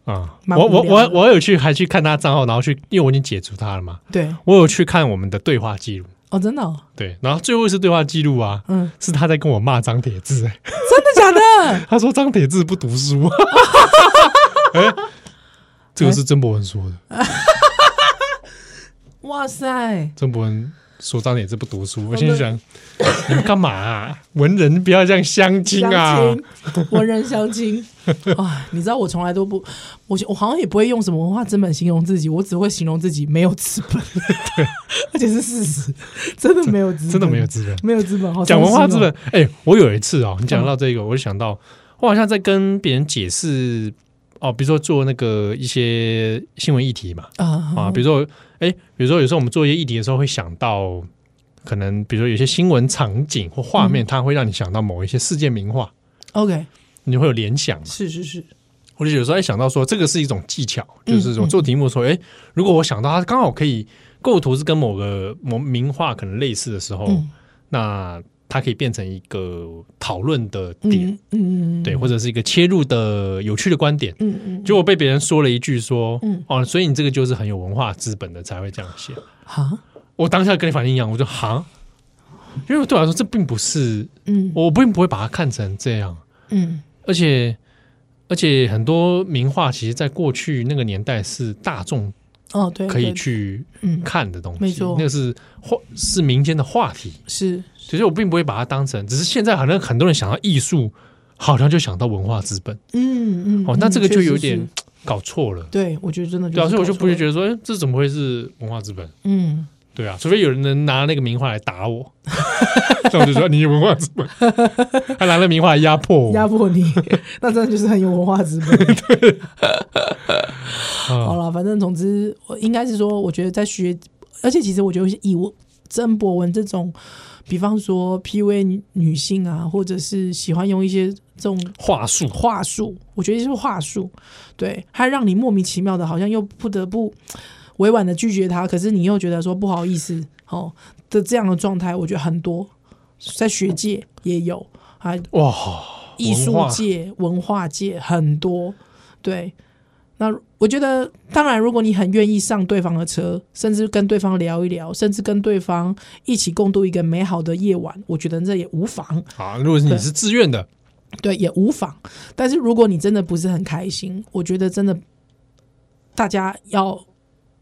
Speaker 2: 嗯啊。
Speaker 3: 蛮
Speaker 2: 我我
Speaker 3: 无聊
Speaker 2: 我
Speaker 3: 的
Speaker 2: 我有去还去看他账号，然后去，因为我已经解除他了嘛，
Speaker 3: 对
Speaker 2: 我有去看我们的对话记录，
Speaker 3: 哦，真的、哦，
Speaker 2: 对，然后最后一次对话记录啊，
Speaker 3: 嗯，
Speaker 2: 是他在跟我骂张铁志、哎
Speaker 3: 真的假的？
Speaker 2: 他说张铁志不读书， 哎，这
Speaker 3: 哎
Speaker 2: 个是曾博文说的，
Speaker 3: 哇塞！
Speaker 2: 曾博文说张铁志不读
Speaker 3: 哦
Speaker 2: 书，我心里想，你们干嘛啊？文人不要这样相亲啊
Speaker 3: 相！亲，文人相亲。 哎，你知道我从来都不，我我好像也不会用什么文化资本形容自己，我只会形容自己没有资本，而且是事实，真的没有资本，
Speaker 2: 真的没有资本
Speaker 3: 没有资本。好
Speaker 2: 讲文化
Speaker 3: 伤
Speaker 2: 资
Speaker 3: 嗯心哦嗯
Speaker 2: 本，，哎、我有一次哦，你讲到这个，我就想到，我好像在跟别人解释哦，比如说做那个一些新闻议题嘛，
Speaker 3: 啊
Speaker 2: 啊，比如说，哎、比如说有时候我们做一些议题的时候，会想到可能，比如说有些新闻场景或画
Speaker 3: 嗯
Speaker 2: 面，它会让你想到某一些事件名画，
Speaker 3: ，OK，
Speaker 2: 你会有联想嘛。
Speaker 3: 是是是，
Speaker 2: 我就有时候会想到说，这个是一种技巧，
Speaker 3: 嗯
Speaker 2: 就是我做题目的时候，哎、如果我想到它刚好可以构图是跟某个某名画可能类似的时候，
Speaker 3: 嗯
Speaker 2: 那它可以变成一个讨论的点，
Speaker 3: 嗯嗯嗯
Speaker 2: 对，或者是一个切入的有趣的观点。
Speaker 3: 嗯嗯，
Speaker 2: 结果被别人说了一句说，
Speaker 3: 嗯
Speaker 2: 哦，所以你这个就是很有文化资本的才会这样写。
Speaker 3: 好，
Speaker 2: 我当下跟你反应一样，我就哈，因为对我来说这并不是，
Speaker 3: 嗯
Speaker 2: 我并不会把它看成这样，
Speaker 3: 嗯
Speaker 2: 而且而且很多名画其实在过去那个年代是大众
Speaker 3: 哦对，
Speaker 2: 可以
Speaker 3: 对
Speaker 2: 去
Speaker 3: 嗯
Speaker 2: 看的东西，
Speaker 3: 没错
Speaker 2: 那个是话是民间的话题，
Speaker 3: 是
Speaker 2: 所以我并不会把它当成，只是现在好像很多人想到艺术，好像就想到文化资本，
Speaker 3: 嗯嗯
Speaker 2: 哦，那这个就有。
Speaker 3: 嗯确
Speaker 2: 点
Speaker 3: 实是
Speaker 2: 搞错了，
Speaker 3: 对，我觉得真的是
Speaker 2: 对啊，所以我就不会觉
Speaker 3: 搞
Speaker 2: 得说，哎，这怎么会是文化资本？
Speaker 3: 错了，嗯，
Speaker 2: 对啊，除非有人能拿那个名画来打 我，那我就说你有文化资本，他拿了名画来压迫我。
Speaker 3: 压迫你，那真的就是很有文化资本。
Speaker 2: 嗯
Speaker 3: 好了，反正总之，我应该是说，我觉得在学，而且其实我觉得有些以我曾博文这种，比方说 PUA 女女性啊，或者是喜欢用一些这种
Speaker 2: 话术
Speaker 3: 话术，我觉得是话术，对，它让你莫名其妙的，好像又不得不委婉的拒绝他，可是你又觉得说不好意思，哦的这样的状态，我觉得很多在学界也有啊，
Speaker 2: 哇，
Speaker 3: 艺术
Speaker 2: 文化
Speaker 3: 界、文化界很多。对，那我觉得，当然，如果你很愿意上对方的车，甚至跟对方聊一聊，甚至跟对方一起共度一个美好的夜晚，我觉得这也无妨，
Speaker 2: 啊！如果你是自愿的，
Speaker 3: 对，也无妨。但是如果你真的不是很开心，我觉得真的大家要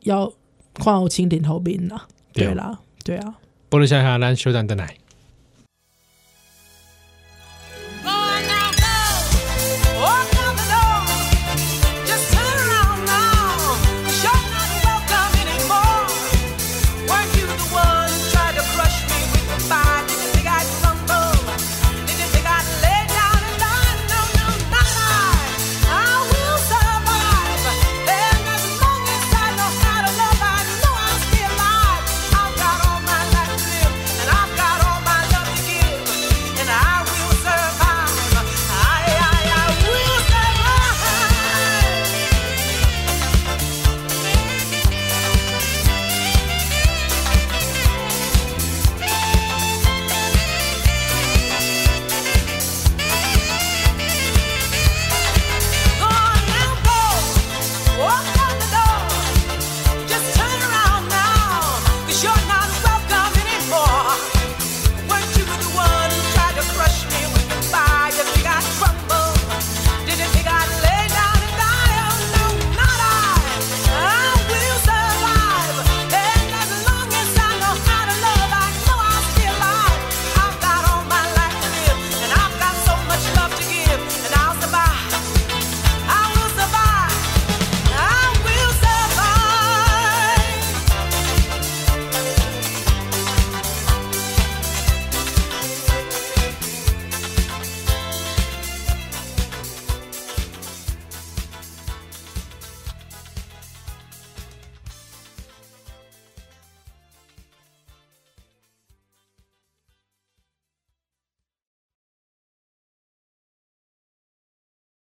Speaker 3: 要看有蜻蜓头兵啦，
Speaker 2: 对
Speaker 3: 对啦，对啊。
Speaker 2: 波多下下咱小等等来，